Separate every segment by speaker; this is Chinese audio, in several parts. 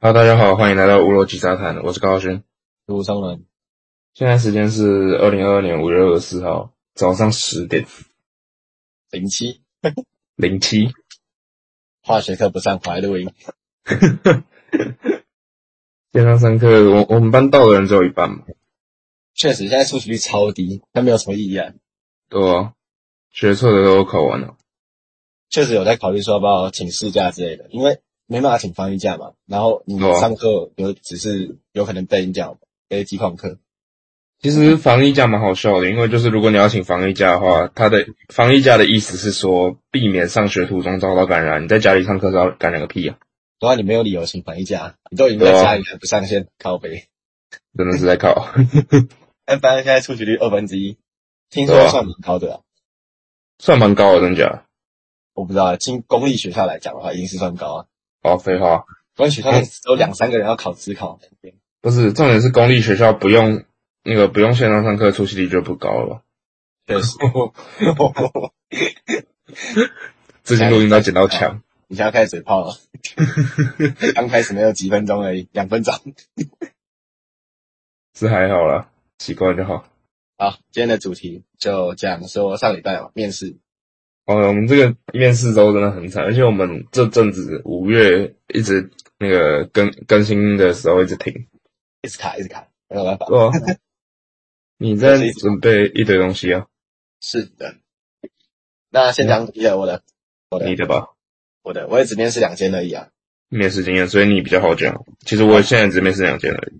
Speaker 1: Hello，大家好，欢迎来到无逻辑杂谈，我是高浩轩。
Speaker 2: 路上人，
Speaker 1: 现在时间是二零二二年五月二十四号早上十点
Speaker 2: 零七
Speaker 1: 零七。
Speaker 2: 化学课不上，跑来录音。
Speaker 1: 线上上课，我我们班到的人只有一半嘛，
Speaker 2: 确实，现在数学率超低，那没有什么意义啊。
Speaker 1: 对啊，学测的都考完了，
Speaker 2: 确实有在考虑说要不要请事假之类的，因为没办法请防疫假嘛。然后你
Speaker 1: 哦
Speaker 2: 上课有只是有可能被你讲被几旷课，
Speaker 1: 其实防疫假蛮好笑的，因为就是如果你要请防疫假的话，它的防疫假的意思是说避免上学途中遭到感染，你在家里上课要感染个屁啊，
Speaker 2: 然后你没有理由请防疫假，啊你都已经在家里还不上线，靠背。
Speaker 1: 真的是在考。
Speaker 2: 但反正现在数学率二分之一，听
Speaker 1: 对啊
Speaker 2: 说算蛮高的啊。
Speaker 1: 算蛮高的，真假的？
Speaker 2: 我不知道啊，进公立学校来讲的话，一定是算高啊。
Speaker 1: 哦，废话，
Speaker 2: 公立学校只有两三个人要考自考，
Speaker 1: 不是重点是公立学校不用那个不用线上上课，出席率就不高了吧？
Speaker 2: 确实。
Speaker 1: 最近录音都剪到墙，
Speaker 2: 你现在开始嘴炮了，刚开始没有几分钟而已，两分钟。
Speaker 1: 是还好啦，习惯就好。
Speaker 2: 好，今天的主题就讲说上礼拜嘛面试，
Speaker 1: 哦，我们这个面试周真的很惨，而且我们这阵子五月一直那个更更新的时候一直停。
Speaker 2: 一直卡一直卡，没有办法。
Speaker 1: 对啊，你在准备一堆东西啊？
Speaker 2: 是的，那先讲你的，我的，我
Speaker 1: 你
Speaker 2: 的，
Speaker 1: 的吧，
Speaker 2: 我的，我也只面试两间而已啊。
Speaker 1: 面试经验，所以你比较好讲。其实我现在只面试两间而已，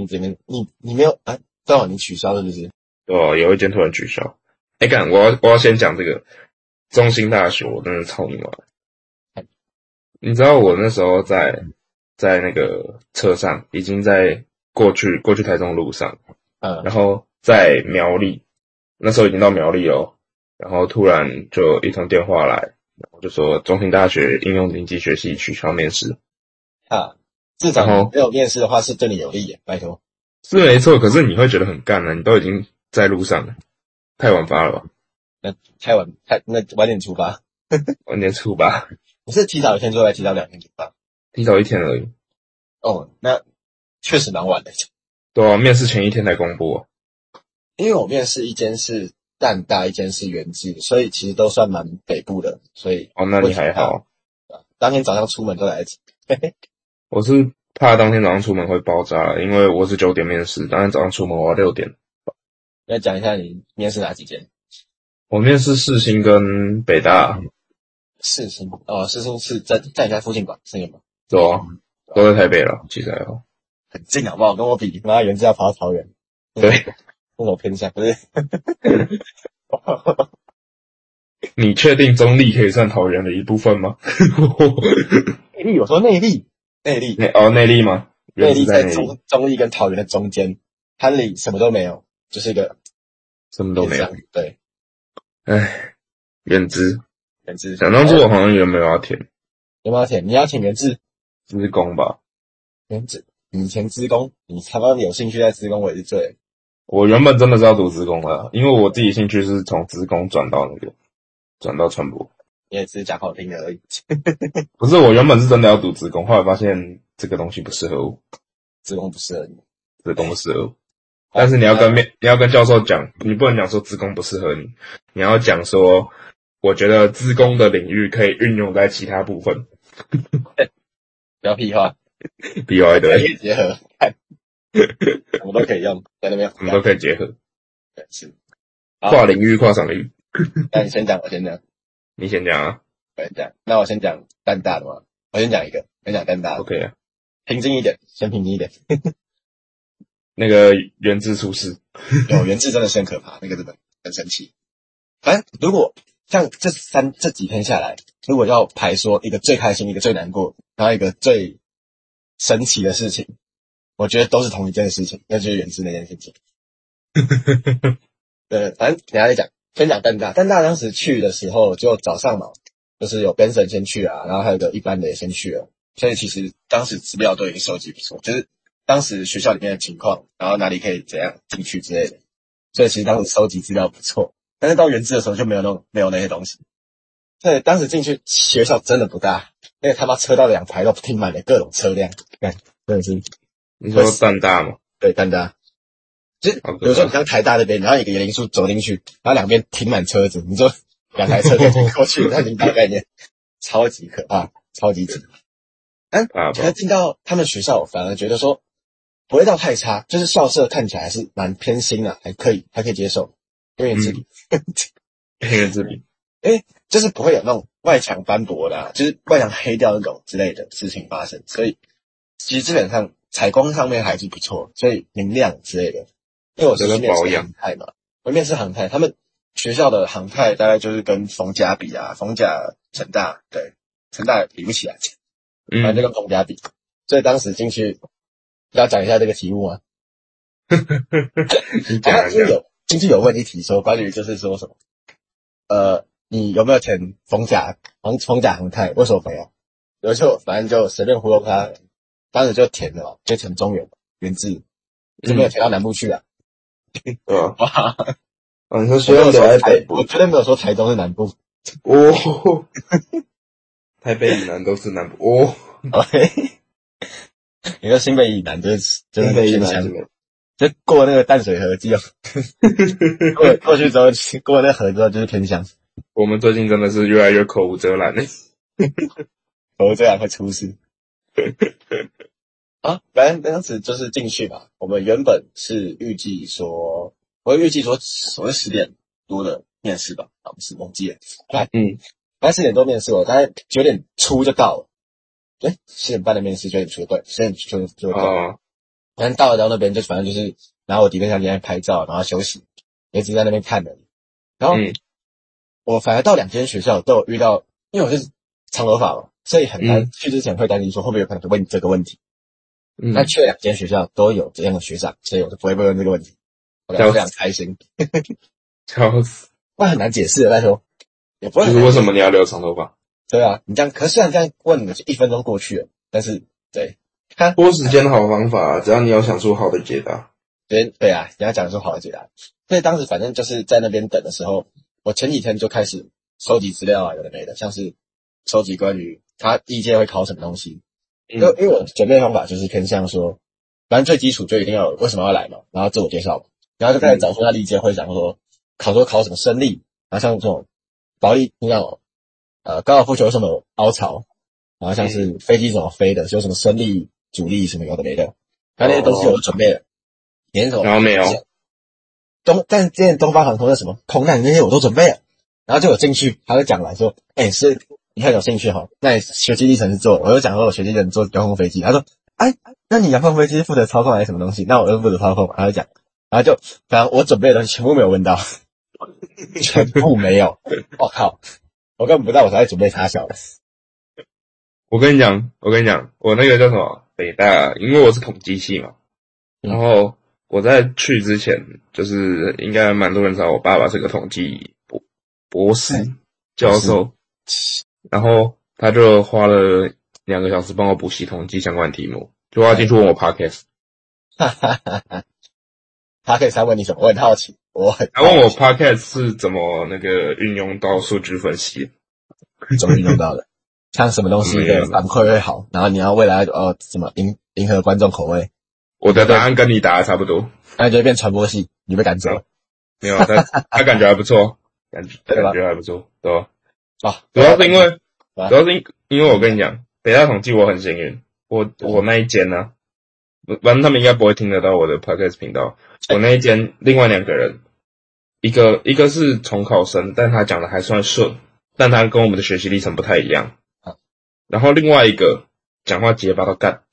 Speaker 2: 你这边你你没有啊？正好你取消是不是？
Speaker 1: 对啊，有一间突然取消。哎、干，我要我要先讲这个中兴大学，我真的超牛啊！你知道我那时候在在那个车上，已经在过去过去台中路上，
Speaker 2: 嗯，
Speaker 1: 然后在苗栗，那时候已经到苗栗哦，然后突然就一通电话来，然后就说中兴大学应用经济学系取消面试，
Speaker 2: 啊，至少
Speaker 1: 然后
Speaker 2: 没有面试的话是对你有利的，拜托。
Speaker 1: 是没错，可是你会觉得很干啊了、你都已经在路上了，太晚发了吧，
Speaker 2: 那太晚太那晚点出发，
Speaker 1: 晚点出吧，
Speaker 2: 你是提早一天出来，提早两天出发。
Speaker 1: 提早一天而已。
Speaker 2: 哦，那确实蛮晚的。
Speaker 1: 对啊，面试前一天才公布、哦，
Speaker 2: 因为我面试一间是淡大，一间是原治，所以其实都算蛮北部的，所以
Speaker 1: 哦，那你还好，
Speaker 2: 当天早上出门都来得及。
Speaker 1: 我是怕当天早上出门会爆炸，因为我是九点面试，当天早上出门我要六点。
Speaker 2: 那讲一下你面试哪几间？
Speaker 1: 我面试世新跟北大，
Speaker 2: 四
Speaker 1: 嗯
Speaker 2: 星哦，四星是在在你家附近吧？是吗？
Speaker 1: 对啊，都在台北了，其实还好。
Speaker 2: 很近好不好？跟我比，妈原治要跑到桃园，
Speaker 1: 对，
Speaker 2: 那种偏向不是？
Speaker 1: 你确定中立可以算桃园的一部分 吗？
Speaker 2: 内力，我说内力，内力，
Speaker 1: 内哦，内力吗？
Speaker 2: 内
Speaker 1: 原子
Speaker 2: 力
Speaker 1: 在
Speaker 2: 在
Speaker 1: 内力，
Speaker 2: 中中立跟桃园的中间，潘里什么都没有，就是一个
Speaker 1: 什么都没
Speaker 2: 偏
Speaker 1: 有
Speaker 2: 向。。对，
Speaker 1: 原子，
Speaker 2: 原治
Speaker 1: 想当初我好像原本有要填
Speaker 2: 有没有填？你要填原治
Speaker 1: 资工吧，
Speaker 2: 原子，你以前资工，你他妈有兴趣在资工，我也是醉了。
Speaker 1: 我原本真的是要读资工的，因为我自己兴趣是从资工转到那个转到传播。
Speaker 2: 你也只是讲好听的而已。
Speaker 1: 不是，我原本是真的要读资工，后来发现这个东西不适合我，
Speaker 2: 资工不适合你。
Speaker 1: 资工不适合我。但是你要跟面，你要跟教授讲，你不能讲说资工不适合你，你要讲说，我觉得资工的领域可以运用在其他部分，
Speaker 2: 不要屁话，
Speaker 1: 比外
Speaker 2: 专
Speaker 1: 的。
Speaker 2: 业结合，看，我们都可以用，在那边
Speaker 1: 我们都可以结合，
Speaker 2: 是。好
Speaker 1: 跨领域、跨场域。
Speaker 2: 那你先讲，我先讲，
Speaker 1: 你先讲啊
Speaker 2: 我先讲。那我先讲蛋大的嘛，我先讲一个，我先讲蛋大的，
Speaker 1: ，OK 啊。
Speaker 2: 平静一点，先平静一点。
Speaker 1: 那个原子出事，
Speaker 2: 有哦原治真的是很可怕，那个真的很神奇。反正如果像这三这几天下来，如果要排说一个最开心，一个最难过，然后一个最神奇的事情，我觉得都是同一件事情，那就是原治那件事情。对，反正等一下再讲，先讲蛋大。蛋大当时去的时候，就早上嘛，就是有 Benson 啊先去啊，然后还有个一般的也先去了，所以其实当时资料都已经收集不错，就是当时学校里面的情况，然后哪里可以怎样进去之类的。所以其实当时收集资料不错，但是到原制的时候就没有那种没有那些东西。对，当时进去学校真的不大，那个他妈车道两排都停满了各种车辆，看真的是
Speaker 1: 你说蛋大吗？
Speaker 2: 对，干的啊。就是
Speaker 1: 好可怕
Speaker 2: 比如说你刚台大那边，然后有个园林树走进去，然后两边停满车子，你说两台车可以停过去，那你大概念，超级可怕，超级挤。
Speaker 1: 啊
Speaker 2: 可是进到他们学校，我反而觉得说不会到太差，就是校舍看起来还是蛮偏心的、还可以，还可以接受，因为你自己、
Speaker 1: 不，黑人之 笔，
Speaker 2: 就是不会有那种外墙斑驳的、啊，就是外墙黑掉那种之类的事情发生，所以其实基本上采光上面还是不错，所以明亮之类的。因为我是
Speaker 1: 这个
Speaker 2: 面
Speaker 1: 保
Speaker 2: 试
Speaker 1: 养
Speaker 2: 航太嘛，我面试航太，他们学校的航太大概就是跟逢甲比啊，逢甲、成大，对，成大比不起来，反正
Speaker 1: 嗯，
Speaker 2: 就跟逢甲比。所以当时进去要讲一下这个题目啊，
Speaker 1: 你
Speaker 2: 好
Speaker 1: 讲啊
Speaker 2: 像
Speaker 1: 一
Speaker 2: 经济
Speaker 1: 下，
Speaker 2: 有经济有问一题说关于就是说什么，呃，你有没有钱逢甲逢逢甲航太？为什么没有？然后就反正就随便忽悠他，当时就填了嘛，就填中原嘛原治，就没有填到南部去啊。
Speaker 1: 对吧？
Speaker 2: 哇，
Speaker 1: 啊，你说学
Speaker 2: 我
Speaker 1: 校
Speaker 2: 没有
Speaker 1: 留
Speaker 2: 说
Speaker 1: 在
Speaker 2: 台
Speaker 1: 北，部
Speaker 2: 我，绝对没有说台中是南部。
Speaker 1: 哦，台北以南都是南部，哦，
Speaker 2: 你说新北以南就是就是
Speaker 1: 台北以
Speaker 2: 偏
Speaker 1: 南
Speaker 2: 乡
Speaker 1: 是，没有
Speaker 2: 就过那个淡水河 基隆，过过去之后过那河之后就是偏乡，
Speaker 1: 我们最近真的是越来越口无遮拦了。
Speaker 2: 我这样会出事。啊，反正当时就是进去嘛。我们原本是预计说，我预计说，我是十点多的面试吧，啊，不是忘记了。
Speaker 1: 嗯，
Speaker 2: 反正十点多面试，我大概九点出就到了。哎，十点半的面试，九点出对，十点出就到。
Speaker 1: 哦，
Speaker 2: 反正到了到那边就反正就是拿我底片相机在那边拍照，然后休息，也只是在那边看而已。然后、
Speaker 1: 嗯
Speaker 2: 我反而到两间学校都有遇到，因为我是长头发嘛，所以很难、去之前会担心说会不会有可能问这个问题。
Speaker 1: 嗯，
Speaker 2: 那去了两间学校都有这样的学长，所以我就不会被问这个问题，我感
Speaker 1: 了
Speaker 2: 到
Speaker 1: 解
Speaker 2: 非常开心。
Speaker 1: 笑死，
Speaker 2: 那很难解释的，拜托，也不会
Speaker 1: 就
Speaker 2: 很
Speaker 1: 是
Speaker 2: 难
Speaker 1: 为什么你要留长头发？
Speaker 2: 对啊，你这样，可是虽然这样问，就一分钟过去了，但是对，他
Speaker 1: 拖时间的好方法，啊只要你有想出好的解答。
Speaker 2: 对对啊，你要讲的是好的解答。所以当时反正就是在那边等的时候，我前几天就开始收集资料啊，有的没的，像是收集关于他第一届会考什么东西。因为
Speaker 1: 嗯
Speaker 2: 因为我准备的方法就是偏向说，反正最基础就一定要有为什么要来嘛，然后自我介绍嘛，然后就开始找出他历届会讲说考说考什么生力，然后像这种保利那种呃高尔夫球什么凹槽，然后像是飞机怎么飞的，有什么升力、阻力什么有的没的，然后那些东西我都准备了，连什么
Speaker 1: 然后没有，
Speaker 2: 东，但是之前东方航空的什么空难那些我都准备了，然后就有进去，他就讲来说，哎、是你很有兴趣哈，那你学习历程是做，我就讲说我学习历程做遥控飞机，他说，哎，那你遥控飞机是负责操控还是什么东西？那我就负责操控，他就讲，然后就反正我准备的东西全部没有问到， 全部没有，我、靠，我根本不知道我在准备啥小的，
Speaker 1: 我跟你讲，我跟你讲，我那个叫什么北大，因为我是统计系嘛，
Speaker 2: 嗯
Speaker 1: 然后我在去之前，就是应该蛮多人知道，我爸爸是个统计博博士教授，然后他就花了两个小时帮我补习统计相关题目，就他进去问我 podcast，
Speaker 2: 哈哈哈哈，他可以才问你什么？我很好奇，我很
Speaker 1: 他问我 podcast 是怎么那个运用到数据分析，
Speaker 2: 怎么运用 到的，像什么东西的反馈会好，然后你要未来哦怎么迎迎合观众口味，
Speaker 1: 我的答案跟你答的差不多，
Speaker 2: 那你就会变传播系，你被赶走了
Speaker 1: 没有， 但他感觉还不错，感觉
Speaker 2: 对吧
Speaker 1: 感觉还不错，对吧？
Speaker 2: 啊！
Speaker 1: 主要是因为，
Speaker 2: 啊
Speaker 1: 主要是因因为我跟你讲，北大统计我很幸运，我我那一间呢、我反正他们应该不会听得到我的 podcast 频道。我那一间另外两个人，一个一个是重考生，但他讲的还算顺，但他跟我们的学习历程不太一样
Speaker 2: 啊。
Speaker 1: 然后另外一个讲话结巴到干，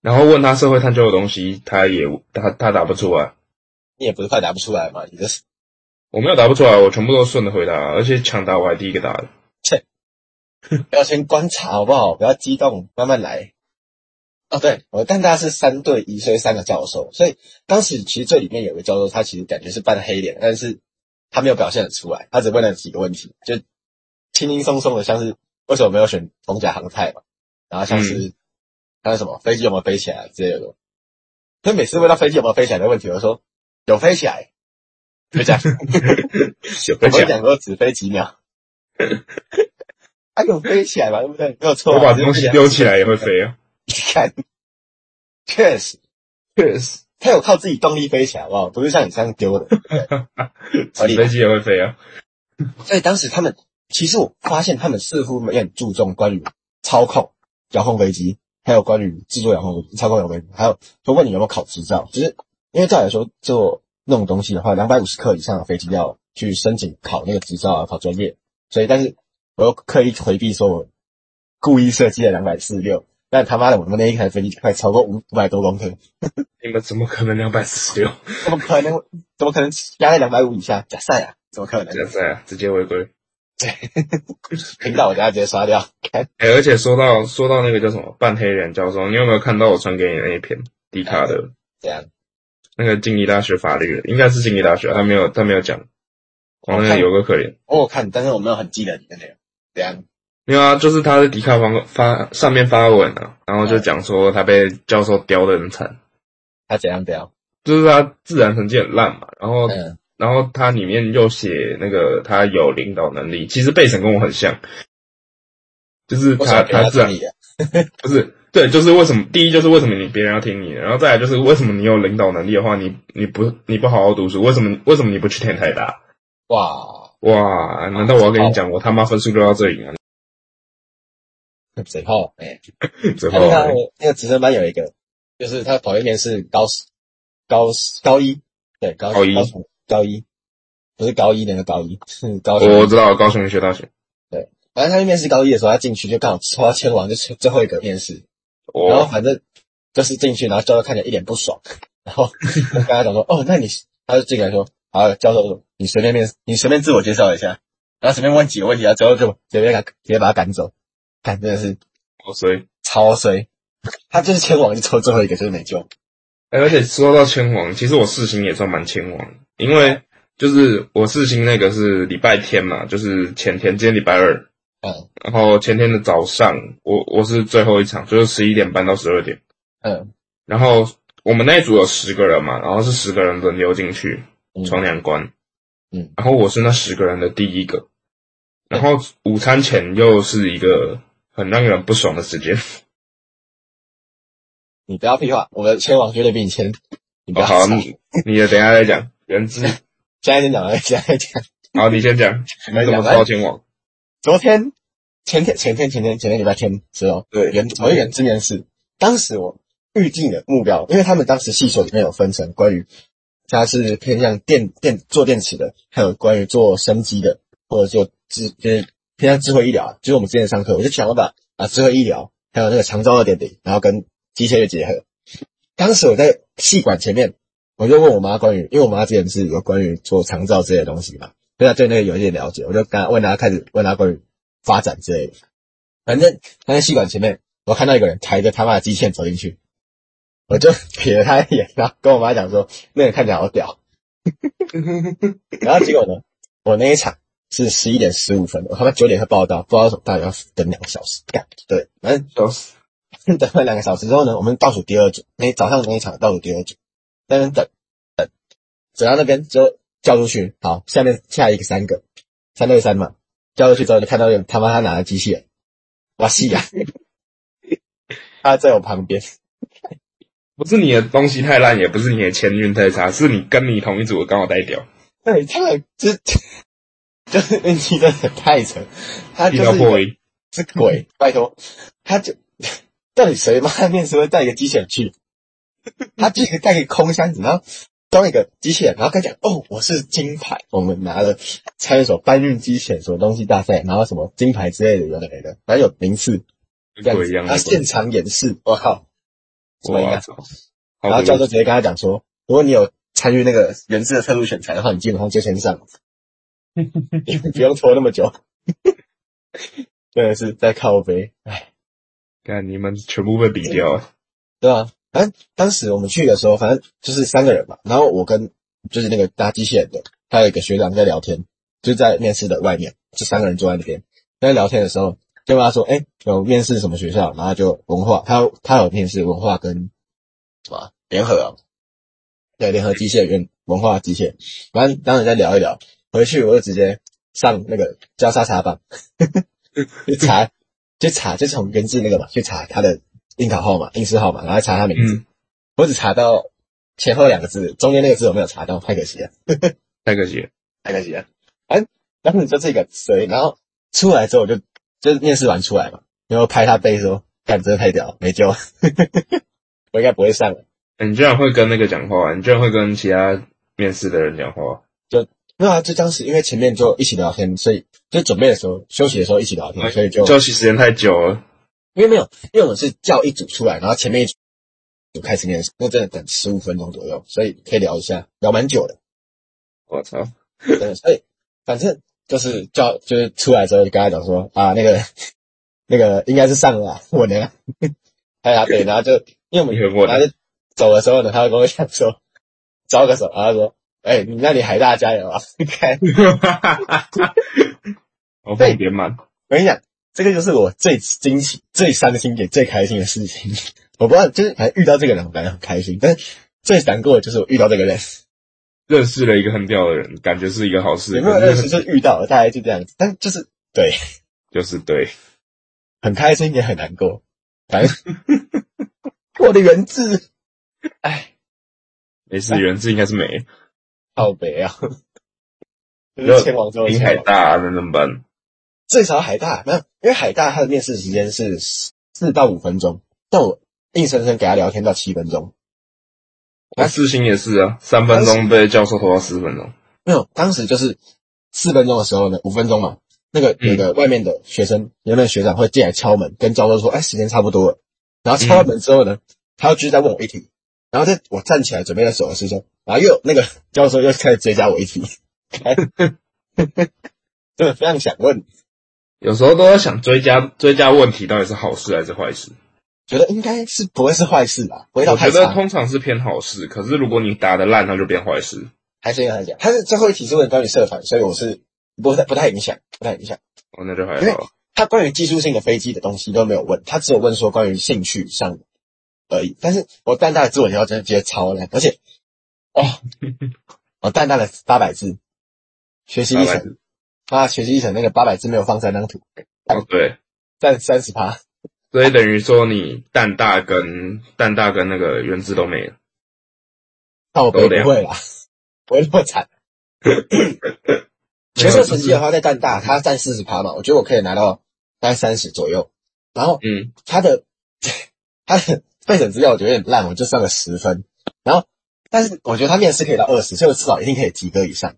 Speaker 1: 然后问他社会探究的东西，他也他他答不出来。
Speaker 2: 你也不是快答不出来嘛，你就是
Speaker 1: 我没有答不出来，我全部都顺着回答，而且抢答我还第一个答的。
Speaker 2: 要先观察好不好？不要激动，慢慢来。哦，对，我但大是三对一，所以三个教授，所以当时其实最里面有个教授，他其实感觉是扮黑脸，但是他没有表现得出来，他只问了几个问题，就轻轻松松的，像是为什么没有选逢甲航太嘛，然后像是还有什么飞机有没有飞起来之类的。所以每次问到飞机有没有飞起来的问题，我就说有飞起来，就这样。
Speaker 1: 有
Speaker 2: 我
Speaker 1: 分
Speaker 2: 跟
Speaker 1: 享
Speaker 2: 你。讲过只飞 几秒，啊有飞起来嘛，对不对？没有错啊、
Speaker 1: 我把东西丢起来也会飞啊。
Speaker 2: 你看， 确实，
Speaker 1: 确实，
Speaker 2: 它有靠自己动力飞起来，好不好？不是像你这样丢的。
Speaker 1: 纸飞机也会飞啊。
Speaker 2: 所哎以当时他们，其实我发现他们似乎没有很注重关于操控遥控飞机，还有关于制作遥控操控遥控飞机，还有说问你有没有考执照，就是因为照理来说做那种东西的话，两百五十克以上的飞机要去申请考那个执照啊，考专业。所以，但是我又刻意回避说我故意设计了两百四十六，但他妈的我们那一台飞机快超过五五百多公克，
Speaker 1: 你们怎么可能两百四十六？
Speaker 2: 怎么可能？怎么可能压在两百五以下？假赛啊，怎么可能？
Speaker 1: 这样子啊， 直接违规。
Speaker 2: 频道我等下直接刷掉。
Speaker 1: 哎、而且说到说到那个叫什么半黑人教授，你有没有看到我传给你那一篇迪卡的
Speaker 2: 怎样？
Speaker 1: 那个静宜大学法律的？应该是静宜大学，他没有他没有讲。哦，那个有个可怜，
Speaker 2: 我有看，但是我没有很记得里面内容。怎样？
Speaker 1: 没有啊，就是他在迪卡方发上面发文啊，然后就讲说他被教授刁的很惨，
Speaker 2: 他怎样怎样？
Speaker 1: 就是他自然成绩很烂嘛，然后
Speaker 2: 嗯，
Speaker 1: 然后他里面又写那个他有领导能力，其实背审跟我很像，就是
Speaker 2: 为什么
Speaker 1: 他
Speaker 2: 给他
Speaker 1: 自然
Speaker 2: 这里啊？
Speaker 1: 不是对，就是为什么第一就是为什么你别人要听你的，然后再来就是为什么你有领导能力的话，你你不你不好好读书，为什么为什么你不去天台大？
Speaker 2: 哇，
Speaker 1: 哇，难道我要跟你讲我他妈分数都到这里吗？
Speaker 2: 嘴炮！哎，
Speaker 1: 最
Speaker 2: 他
Speaker 1: 后
Speaker 2: 那个那个直升班有一个，就是他头一年是高高高一，对高
Speaker 1: 高一
Speaker 2: 高高一，不是高一那个高一，是高一。
Speaker 1: 我知道高雄学大学，
Speaker 2: 反正他去面试高一的时候，他进去就刚好抽到签王，就是最后一个面试。然后
Speaker 1: 我
Speaker 2: 反正就是进去，然后教授看起来一脸不爽， 然后我跟他讲说，哦，那你，他就进来说，好，教授，你随便面，你随便自我介绍一下，然后随便问几个问题，然后教授就直接赶，直接把他赶走，看真的是
Speaker 1: 所以。
Speaker 2: 超衰，他就是前往就抽最后一个，就是没救，
Speaker 1: 哎而且说到签王，其实我四星也算蛮签王，因为就是我四星那个是礼拜天嘛，就是前天，今天礼拜二，
Speaker 2: 嗯
Speaker 1: 然后前天的早上，我我是最后一场，就是十一点半到十二点。
Speaker 2: 嗯
Speaker 1: 然后我们那一组有十个人嘛，然后是十个人轮流进去
Speaker 2: 嗯
Speaker 1: 闯两关。
Speaker 2: 嗯，
Speaker 1: 然后我是那十个人的第一个。然后午餐前又是一个很让人不爽的时间。
Speaker 2: 你不要屁话，我的前往绝对比你前，你不
Speaker 1: 哦、
Speaker 2: 要
Speaker 1: 好，
Speaker 2: 吵，
Speaker 1: 你你也等一下再讲。原 之，
Speaker 2: 现在先讲了， 现在讲，
Speaker 1: 好，你先讲，你怎么超前网？
Speaker 2: 昨天、前天、前天、前天、前天礼拜天时候，
Speaker 1: 对
Speaker 2: 人某一人之面试，当时我预定的目标，因为他们当时系所里面有分成关于它是偏向电电做电池的，还有关于做生机的，或者做智就是偏向智慧医疗啊，就是我们之前上课，我就想要把啊智慧医疗还有那个长照二点零，然后跟机械的结合。当时我在系馆前面，我就问我妈关于，因为我妈之前是有关于做长照之类的东西嘛，对他对那个有一点了解，我就跟他问他开始问他关于发展之类的。反正他在戏馆前面，我看到一个人抬着他妈的机器人走进去，我就瞥了他一眼，然后跟我妈讲说那个看起来好屌。然后结果呢，我那一场是十一点十五分，我他妈九点会报到，不知道为什么到底要等两个小时。干对，反正
Speaker 1: 笑死！
Speaker 2: 等了两个小时之后呢，我们倒数第二组，那早上那一场倒数第二组，在那边等等，等到那边之后叫出去，好，下面下一个三个三对三嘛，叫出去之后就看到有他妈他拿的机器人，哇西 呀、他在我旁边，
Speaker 1: 不是你的东西太烂，也不是你的签运太差，是你跟你同一组的刚好带掉，
Speaker 2: 对，哎他们就 就是运气真的太扯，他
Speaker 1: 遇
Speaker 2: 啊
Speaker 1: 到
Speaker 2: 就是一个
Speaker 1: 破音。
Speaker 2: 是
Speaker 1: 嗯
Speaker 2: 鬼，拜托，他就 到底谁妈面试会带一个机器 人去？他居然带个空箱子，然后装一个机器人，然后跟他讲哦，我是金牌，我们拿了参与所搬运机器人什么东西大赛，然后什么金牌之类的，有的没的，然后有啊名次这
Speaker 1: 跟
Speaker 2: 样
Speaker 1: 鬼
Speaker 2: 子
Speaker 1: 一样，
Speaker 2: 他现场演示，我靠，什么应
Speaker 1: 哇
Speaker 2: 该？
Speaker 1: 操！
Speaker 2: 啊然后
Speaker 1: 好
Speaker 2: 教授直接跟他讲说，如果你有参与那个原制的特殊选材的话，你基本上就 先上，你不用拖那么久。 真的是在靠背，唉。
Speaker 1: 看你们全部被比掉了，
Speaker 2: 对啊，反正当时我们去的时候，反正就是三个人嘛，然后我跟就是那个搭机器人的，还有一个学长在聊天，就在面试的外面，就三个人坐在那边在聊天的时候，就问他说，哎、有面试什么学校？然后他就文化，他有他有面试文化跟什么联合啊，对，联合机械院文化机械，反正当时再聊一聊，回去我就直接上那个交叉查榜， 去查，去查，就从源自那个嘛，去查他的应考号码、应试号码，然后查他名字，
Speaker 1: 嗯，
Speaker 2: 我只查到前后两个字，中间那个字我没有查到，太可惜了。
Speaker 1: 太可惜了。
Speaker 2: 太可惜了。哎，当时就这个谁，然后出来之后我就就是面试完出来嘛，然后拍他背说：“干，真的太屌了，没救了， 我应该不会上了。
Speaker 1: 哎你居然会跟那个讲话，你居然会跟其他面试的人讲话，”
Speaker 2: 没有啊，就当时因为前面就一起聊天，所以就准备的时候、休息的时候一起聊天，嗯所以哎就
Speaker 1: 休息时间太久 了，
Speaker 2: 因为没有，因为我们是叫一组出来，然后前面一组就开始面试，那真的等十五分钟左右，所以可以聊一下，聊蛮久的。
Speaker 1: 我操！
Speaker 2: 对，所以反正就是叫，就是出来之后就跟他讲说啊，那个 那个应该是上了啊、 我呢，哎呀对，然后就因为我们
Speaker 1: 你很稳
Speaker 2: 然后就走的时候呢，他就跟我讲说招个手，然后他说哎、你那你海大加油啊！ 你看，
Speaker 1: 我放点满，
Speaker 2: 我跟你讲，这个就是我最惊喜、最伤心也最开心的事情。我不知道，就是反正遇到这个人，我感觉很开心，但是最难过的就是我遇到这个人。
Speaker 1: 认识了一个很屌的人，感觉是一个好事，
Speaker 2: 有没有
Speaker 1: 可是
Speaker 2: 认 识？就遇到了，大概就这样子。但就是对，
Speaker 1: 就是对，
Speaker 2: 很开心也很难过，反正我的原字，哎，
Speaker 1: 没
Speaker 2: 啊
Speaker 1: 事，源自应该是没。
Speaker 2: 好悲啊！就是前往之后
Speaker 1: 林
Speaker 2: 前
Speaker 1: 海
Speaker 2: 往
Speaker 1: 大啊那怎么办？
Speaker 2: 最少海大没有，因为海大他的面试时间是四到五分钟，但我硬生生给他聊天到七分钟。
Speaker 1: 那四星也是啊，三分钟被教授拖到四分钟，
Speaker 2: 没有，当时就是四分钟的时候呢，五分钟嘛，那个
Speaker 1: 嗯
Speaker 2: 有个外面的学生，有那个学长会进来敲门，跟教授说：“哎，时间差不多了。”然后敲完门之后呢，他又继续再问我一题，然后在我站起来准备要走的时候，然后又那个教授又开始追加我一题， 真的非常想问，
Speaker 1: 有时候都在想追加追加问题到底是好事还是坏事。
Speaker 2: 觉得应该是不会是坏事吧？味道
Speaker 1: 我
Speaker 2: 太
Speaker 1: 觉得
Speaker 2: 差，
Speaker 1: 通常是偏好事，可是如果你答的烂，那就变坏事。
Speaker 2: 还是应该来讲，他是最后一题是问关于社团，所以我是不太不太影响，不太影响。
Speaker 1: 哦，那就还
Speaker 2: 因为
Speaker 1: 好。
Speaker 2: 他关于技术性的飞机的东西都没有问，他只有问说关于兴趣上的而已。但是我淡淡的自我介绍真的觉得超烂，而且哦，我淡淡的八百字学习
Speaker 1: 大
Speaker 2: 历
Speaker 1: 概
Speaker 2: 程，
Speaker 1: 是
Speaker 2: 啊，学习历程那个八百字没有放三张图，
Speaker 1: 哦，对，
Speaker 2: 占三十趴。
Speaker 1: 所以等于说你蛋大跟蛋大跟那个原子都没了。
Speaker 2: 那我不
Speaker 1: 都
Speaker 2: 会
Speaker 1: 这样
Speaker 2: 不会啦，不会那么惨。学测成绩的话，在淡大他占四十趴嘛，我觉得我可以拿到大概三十左右。然后
Speaker 1: 嗯，
Speaker 2: 他的 他的备审资料我觉得有点烂，我就算个十分。然后，但是我觉得他面试可以到二十，所以我至少一定可以及格以上。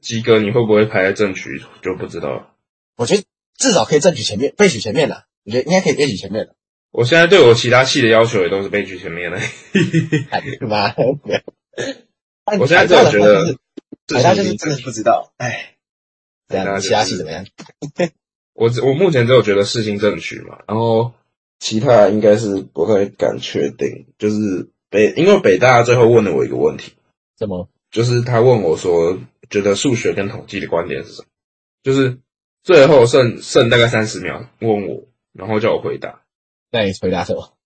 Speaker 1: 鸡哥你会不会排在正取就不知道了。
Speaker 2: 我觉得至少可以争取前面，被取前面了。我觉得应该可以被取前面了。
Speaker 1: 我现在对我其他系的要求也都是被拒前面的。
Speaker 2: 哎妈呀！
Speaker 1: 我现在只有觉得
Speaker 2: 就是，海大就是真的不知道。哎，这
Speaker 1: 海大
Speaker 2: 样
Speaker 1: 就是
Speaker 2: 其他系怎么样？
Speaker 1: 我只我目前只有觉得事情正取嘛，然后其他应该是不太敢确定。就是北，因为北大最后问了我一个问题，
Speaker 2: 怎么？
Speaker 1: 就是他问我说，觉得数学跟统计的观点是什么？就是最后剩剩大概三十秒，问我，然后叫我回答。
Speaker 2: 那你回答什么？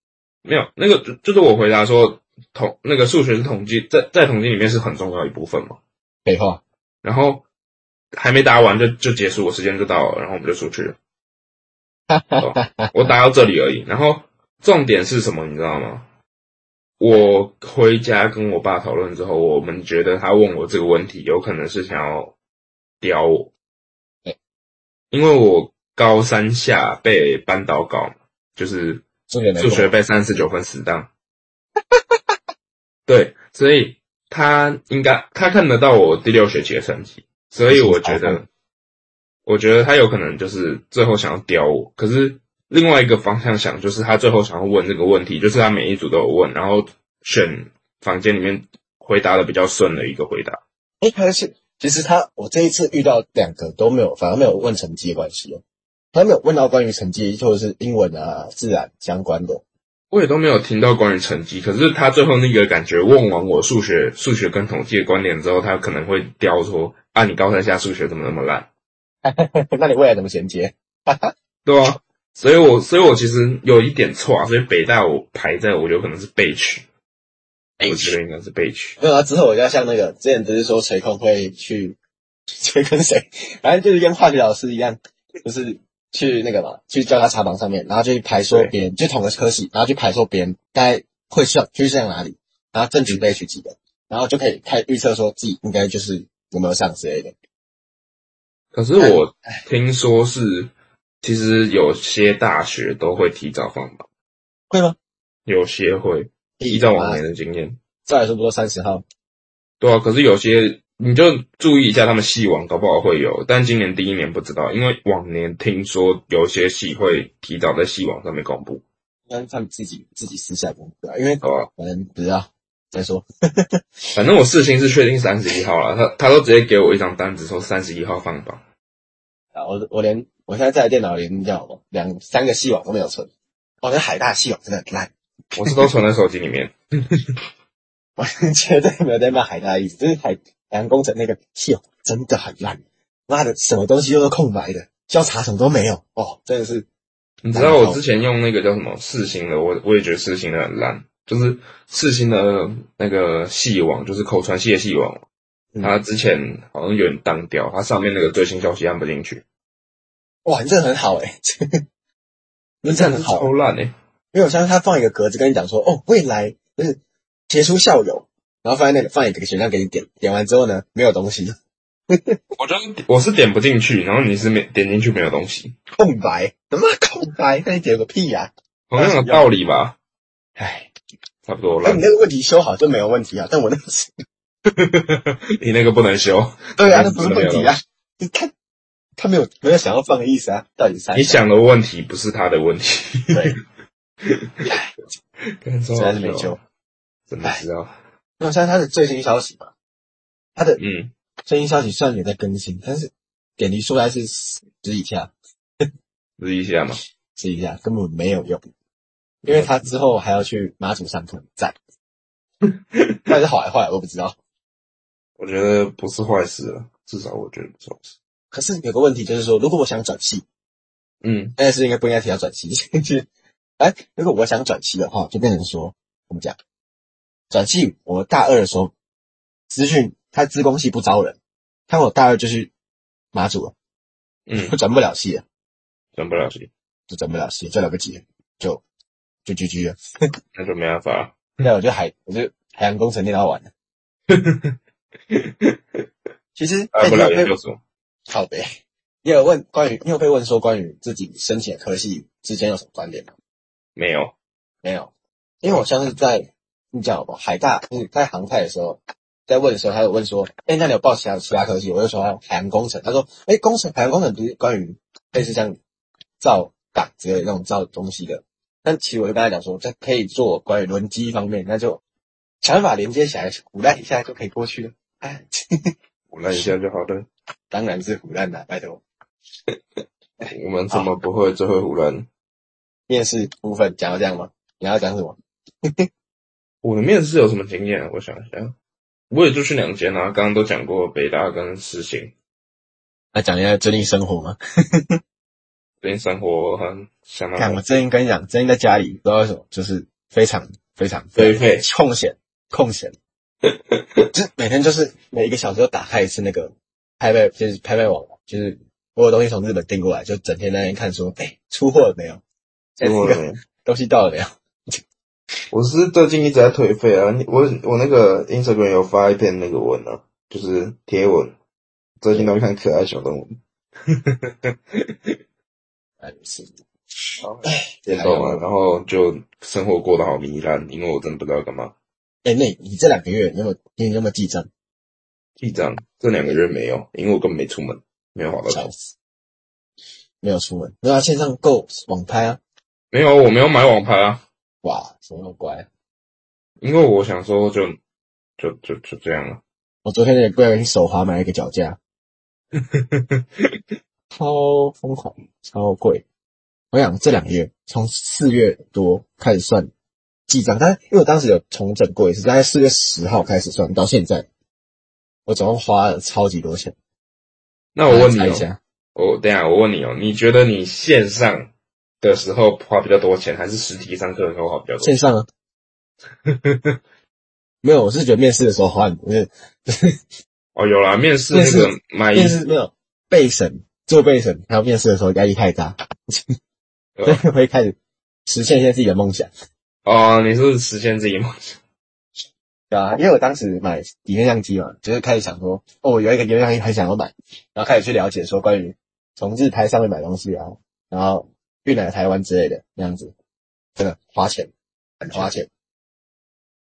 Speaker 1: 没有，那个就就是我回答说，统那个数学是统计，在在统计里面是很重要一部分嘛。
Speaker 2: 废话，
Speaker 1: 然后还没答完就就结束，我时间就到了，然后我们就出去了。哦我打到这里而已。然后重点是什么，你知道吗？我回家跟我爸讨论之后，我们觉得他问我这个问题，有可能是想要刁我
Speaker 2: 对，
Speaker 1: 因为我高三下被班导搞嘛，就是
Speaker 2: 数学没
Speaker 1: 数
Speaker 2: 过
Speaker 1: 学被三十九分死当。 对，所以他应该他看得到我第六学期的成绩，所以我觉得，我觉得他有可能就是最后想要刁我。可是另外一个方向想，就是他最后想要问这个问题，就是他每一组都有问，然后选房间里面回答的比较顺的一个回答。
Speaker 2: 哎，他是其实他我这一次遇到两个都没有，反而没有问成绩的关系哦，他没有问到关于成绩或者是英文啊、自然相关的。
Speaker 1: 我也都没有听到关于成绩，可是他最后那个感觉问完我数学、数学跟统计的观点之后，他可能会刁说啊，你高三下数学怎么那么烂？
Speaker 2: 那你未来怎么衔接？
Speaker 1: 对啊，所以我所以我其实有一点错啊，所以北大我排在我有可能是被取，我觉得应该是被取。
Speaker 2: 没有啊，之后我就要像那个之前不是说垂控会去，垂跟谁，反正就是跟化学老师一样，就是去那个嘛，去教他查榜上面，然后就去排说
Speaker 1: 对
Speaker 2: 别人，就同个科系，然后去排说别人大概会上趋向哪里，然后正值被取几个，然后就可以开始预测说自己应该就是有没有上之类的。
Speaker 1: 可是我听说是，其实有些大学都会提早放榜，
Speaker 2: 会吗？
Speaker 1: 有些会依照往年的经验，
Speaker 2: 照理说不都三十号？
Speaker 1: 对啊。可是有些你就注意一下他们系网，搞不好会有，但今年第一年不知道，因为往年听说有些系会提早在系网上面公布，
Speaker 2: 应该是他们自己自己私下公布啊，因为
Speaker 1: 好吧？
Speaker 2: 反正不知道再说。
Speaker 1: 反正我事情是确定三十一号了，他他都直接给我一张单子说三十一号放榜，
Speaker 2: 啊，我我连我现在在电脑连叫什么两三个系网都没有存，我觉得海大系网真的很烂，
Speaker 1: 我是都存在手机里 面。
Speaker 2: 我 绝对没有在骂海大的意思，就是海海洋工程那个系统真的很烂，妈的什么东西都是空白的，要查什么都没有，哦，真的是
Speaker 1: 你知道我之前用那个叫什么四星的，我我也觉得四星的很烂，就是四星的那个系网，就是口传系的系网，
Speaker 2: 嗯
Speaker 1: 它之前好像有点当掉，它上面那个最新消息按不进去，
Speaker 2: 哇，你这个很好哎、你这样很好，
Speaker 1: 超烂欸诶、
Speaker 2: 因为我相信他放一个格子跟你讲说，哦，未来就是杰出校友，然后放在那里放一个选项给你点，点完之后呢，没有东西，
Speaker 1: 我就是我是点不进去，然后你是没点进去没有东西，
Speaker 2: 空白，他妈空白，那你点个屁呀、
Speaker 1: 同样的道理吧，
Speaker 2: 唉，
Speaker 1: 差不多
Speaker 2: 那
Speaker 1: 烂
Speaker 2: 哎你。那个问题修好就没有问题啊，但我那个是，
Speaker 1: 哎你那个不能修，
Speaker 2: 对啊，
Speaker 1: 那
Speaker 2: 那
Speaker 1: 你
Speaker 2: 不是问题啊，他他没有没有想要放的意思啊，到底是啥
Speaker 1: 你想的问题不是他的问题，
Speaker 2: 对，
Speaker 1: 实
Speaker 2: 实在是没救。。
Speaker 1: 真的哦知道，
Speaker 2: 那我相信他的最新消息嘛，他的
Speaker 1: 嗯，
Speaker 2: 最新消息虽然也在更新，但是点离出来是十以下，
Speaker 1: 试一下嘛。
Speaker 2: 十以下根本没有用，因为他之后还要去马祖上课， 赞。到底是好还是坏，我不知道。
Speaker 1: 我觉得不是坏事了，至少我觉得不是坏事。
Speaker 2: 可是有个问题就是说，如果我想转系，
Speaker 1: 嗯，
Speaker 2: 但是应该不应该提到转系？ 就是，哎，如果我想转系的话，就变成说，怎么讲？转系，我大二的时候，资讯他资工系不招人，他我大二就去马祖了，
Speaker 1: 嗯
Speaker 2: 就转不了系了，
Speaker 1: 转不了系，
Speaker 2: 就转不了系，转了个级，就就 GG 了。
Speaker 1: 那就没办法 了。
Speaker 2: 那我就海，我就海洋工程念到完了。其实，
Speaker 1: 来
Speaker 2: 哎
Speaker 1: 不
Speaker 2: 你有
Speaker 1: 了
Speaker 2: 被
Speaker 1: 研究所，
Speaker 2: 好呗。你有问关于，你有被问说关于自己申请的科系之间有什么关联吗？
Speaker 1: 没有。
Speaker 2: 没有，因为我像是在你讲好不好海大，就是在航太的时候，在问的时候，他有问说，哎、那你有报其他其他科技？我就说海洋工程，他说，哎、工程海洋工程不是关于类似像造港之类的那种造东西的，但其实我就跟他讲说，这可以做关于轮机方面，那就想法连接起来，胡乱一下就可以过去了。哎，
Speaker 1: 我来一下就好了。
Speaker 2: 当然是胡乱啦，拜托。
Speaker 1: 我们怎么不会最会胡乱？
Speaker 2: 面试部分讲到这样吗？你要讲什么？
Speaker 1: 我的面试有什么经验？我想一下，我也就去两间啊。刚刚都讲过北大跟世新，
Speaker 2: 那讲一下最近生活吗？
Speaker 1: 最近生活很相
Speaker 2: 看
Speaker 1: 当
Speaker 2: 我最近跟你讲，最近在家里不知道为什么，就是非常非常
Speaker 1: 颓废
Speaker 2: 空闲空 闲，就是每天就是每一个小时都打开一次那个拍卖，就是拍卖网，就是我有东西从日本订过来，就整天在那边看说，哎、出货了没有？哎
Speaker 1: 我
Speaker 2: 这个东西到了没有？
Speaker 1: 我是最近一直在颓废啊。你我我那个 Instagram 有发一篇那个文啊，就是贴文，最近都在看可爱小动物。
Speaker 2: 哎，不是，
Speaker 1: 电动啊，然后就生活过得好糜烂，因为我真的不知道干嘛。
Speaker 2: 哎、那你这两个月你有没有你有没有记账？
Speaker 1: 记账这两个月没有，因为我根本没出门，没有好到
Speaker 2: 笑死，没有出门，没有啊线上购网拍啊，
Speaker 1: 没有，我没有买网拍啊，
Speaker 2: 哇，什么那么乖啊、
Speaker 1: 因为我想说就就就就这样了。
Speaker 2: 我昨天也不小心手滑买了一个 脚架，超疯狂，超贵。我想这两个月从四月多开始算记账，但是因为我当时有重整过一次，大概四月十号开始算到现在，我总共花了超级多钱。
Speaker 1: 那我问你
Speaker 2: 猜一
Speaker 1: 哦，
Speaker 2: 下，
Speaker 1: 我等一下我问你哦，你觉得你线上的时候花比较多钱，还是实体上课的时候花比较多
Speaker 2: 线
Speaker 1: 钱？
Speaker 2: 上啊，没有，我是觉得面试的时候花很多，因为
Speaker 1: 哦，有啦，面试
Speaker 2: 面
Speaker 1: 那
Speaker 2: 试
Speaker 1: 个买
Speaker 2: 面试没有备审，做备审还有面试的时候压力太大，
Speaker 1: 对啊
Speaker 2: 所以 会开始实现一些自己的梦想，
Speaker 1: 哦，你是不是实现自己梦想？
Speaker 2: 对啊，因为我当时买底片相机嘛，就是开始想说，哦，我有一个底片相机很想要买，然后开始去了解说关于从日拍上面买东西啊，然后运来台湾之类的那样子，真的花钱，很花钱，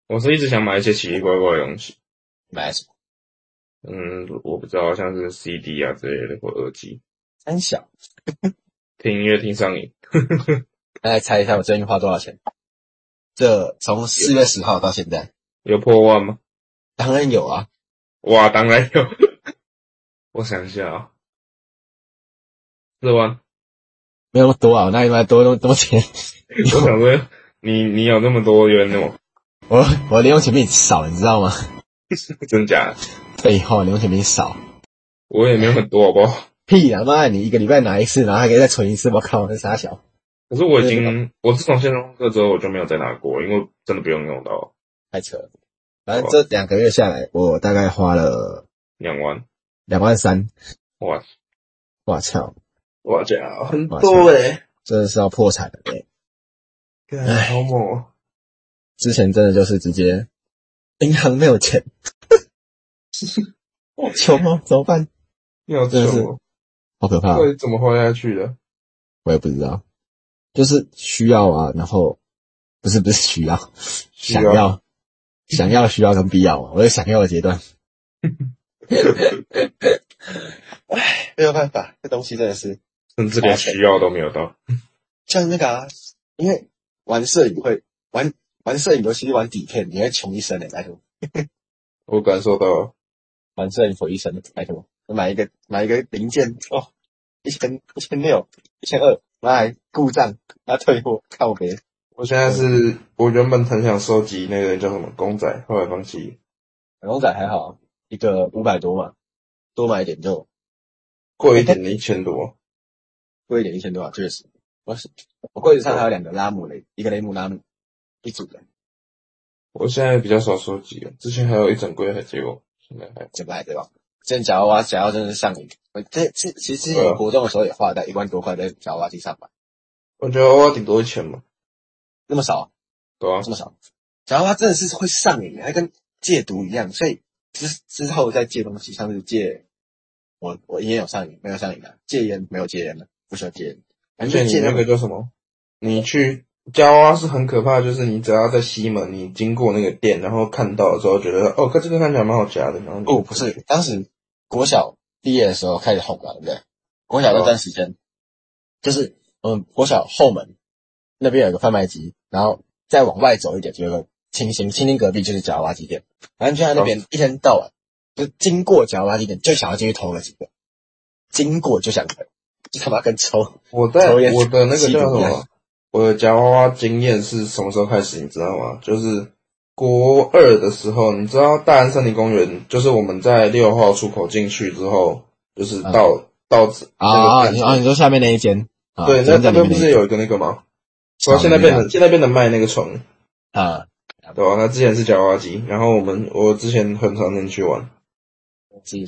Speaker 1: 我是一直想买一些奇奇怪怪的东西，
Speaker 2: 买了什么
Speaker 1: 嗯，我不知道，像是 CD 啊之类的或耳机，
Speaker 2: 三小，
Speaker 1: 听音乐听上瘾。
Speaker 2: 大家猜一下我最近花多少钱？这从四月十号到现在，
Speaker 1: 有破万吗？
Speaker 2: 当然有啊，
Speaker 1: 哇，当然有。 我想一下啊、四万。
Speaker 2: 没有那么多啊，我哪里那么多那么多钱？
Speaker 1: 我想说，你你有那么多冤哦，
Speaker 2: 我我零用钱比你少，你知道吗？
Speaker 1: 真假的？
Speaker 2: 废话，零用钱比你少。
Speaker 1: 我也没有很多，好不好？
Speaker 2: 屁啦妈！你一个礼拜拿一次，然后还可以再存一次，我靠，那傻小。
Speaker 1: 可是我已
Speaker 2: 对
Speaker 1: 经，我自从线上课之后，我就没有再拿过，因为真的不用用到
Speaker 2: 太扯了。反正这两个月下来，我大概花了
Speaker 1: 两万。
Speaker 2: 两万三，
Speaker 1: 哇，
Speaker 2: 我操，
Speaker 1: 哇这样很
Speaker 2: 啊多欸
Speaker 1: 哎、
Speaker 2: 真的是要破产了、欸。
Speaker 1: 欸，好猛、哦！
Speaker 2: 之前真的就是直接银行没有 钱，我穷哦，怎么办？
Speaker 1: 你好
Speaker 2: 真的是
Speaker 1: 穷哦，
Speaker 2: 好可怕、啊
Speaker 1: 到底怎么活下去的？
Speaker 2: 我也不知道，就是需要啊，然后不是不是需要，
Speaker 1: 需要
Speaker 2: 想要想要需要跟必要嘛，啊我是想要的阶段。唉， 没有办法，这东西真的是
Speaker 1: 甚至连需要都没有到。
Speaker 2: 像那个啊，因为玩摄影会玩玩摄影，尤其是玩底片，你会穷一生的、拜托。
Speaker 1: 我感受到了，
Speaker 2: 玩摄影毁一生的，拜托。买一个买一个零件哦，一千一千六，一千二，妈还故障，还退货，靠别。
Speaker 1: 我现在是，我原本很想收集那个叫什么公仔，后来放弃。
Speaker 2: 粉红仔还好，一个五百多嘛，多买一点就
Speaker 1: 贵一点的一千多，
Speaker 2: 贵一点，一千多啊，确实。我是我柜子上还有两个拉姆雷，一个雷姆拉姆，一组的，
Speaker 1: 我现在比较少收集了，之前还有一整柜还借我，现在还
Speaker 2: 这不还对吧？之前哦夹娃娃夹到真的是上瘾，我这这其实之前我国中的时候也花了大概一万多块在夹娃娃机上吧，
Speaker 1: 我觉得我顶多一千嘛，
Speaker 2: 那么少啊、
Speaker 1: 对啊
Speaker 2: 这，么少，然后它真的是会上瘾的，它跟戒毒一样，所以之之后再戒东西，像是戒我我烟有上瘾，没有上瘾的、戒烟没有戒烟的，不喜欢戒烟，
Speaker 1: 而
Speaker 2: 反
Speaker 1: 且
Speaker 2: 正
Speaker 1: 你
Speaker 2: 戒
Speaker 1: 那个叫什么？你去夹娃娃是很可怕的，就是你只要在西门，你经过那个店，然后看到的时候，觉得哦，看这个看起来蛮好夹的，然后你
Speaker 2: 哦不是，当时国小毕业的时候开始红了，对不对？国小那段时间，就是嗯国小后门那边有个贩卖机，然后再往外走一点就有个清新，清新隔壁就是夹娃娃机店，反正就在那边一天到晚就经过夹娃娃机店就想要进去偷个几个，经过就想偷，就他妈跟抽
Speaker 1: 我在
Speaker 2: 抽烟
Speaker 1: 我的那个叫什
Speaker 2: 吸毒
Speaker 1: 么
Speaker 2: 一样？
Speaker 1: 我的夹娃娃经验是什么时候开始？你知道吗？就是国二的时候，你知道大安森林公园，就是我们在六号出口进去之后，就是到、到那
Speaker 2: 啊啊！
Speaker 1: 个
Speaker 2: 你啊你说下面那一间啊，
Speaker 1: 对，那
Speaker 2: 真的
Speaker 1: 那边
Speaker 2: 里面
Speaker 1: 不
Speaker 2: 那
Speaker 1: 是
Speaker 2: 一间
Speaker 1: 有一个那个吗？对啊，现在变成现在变成卖那个床，
Speaker 2: 啊
Speaker 1: 对吧、那之前是夹娃娃机，然后我们我之前很常进去玩，
Speaker 2: 自己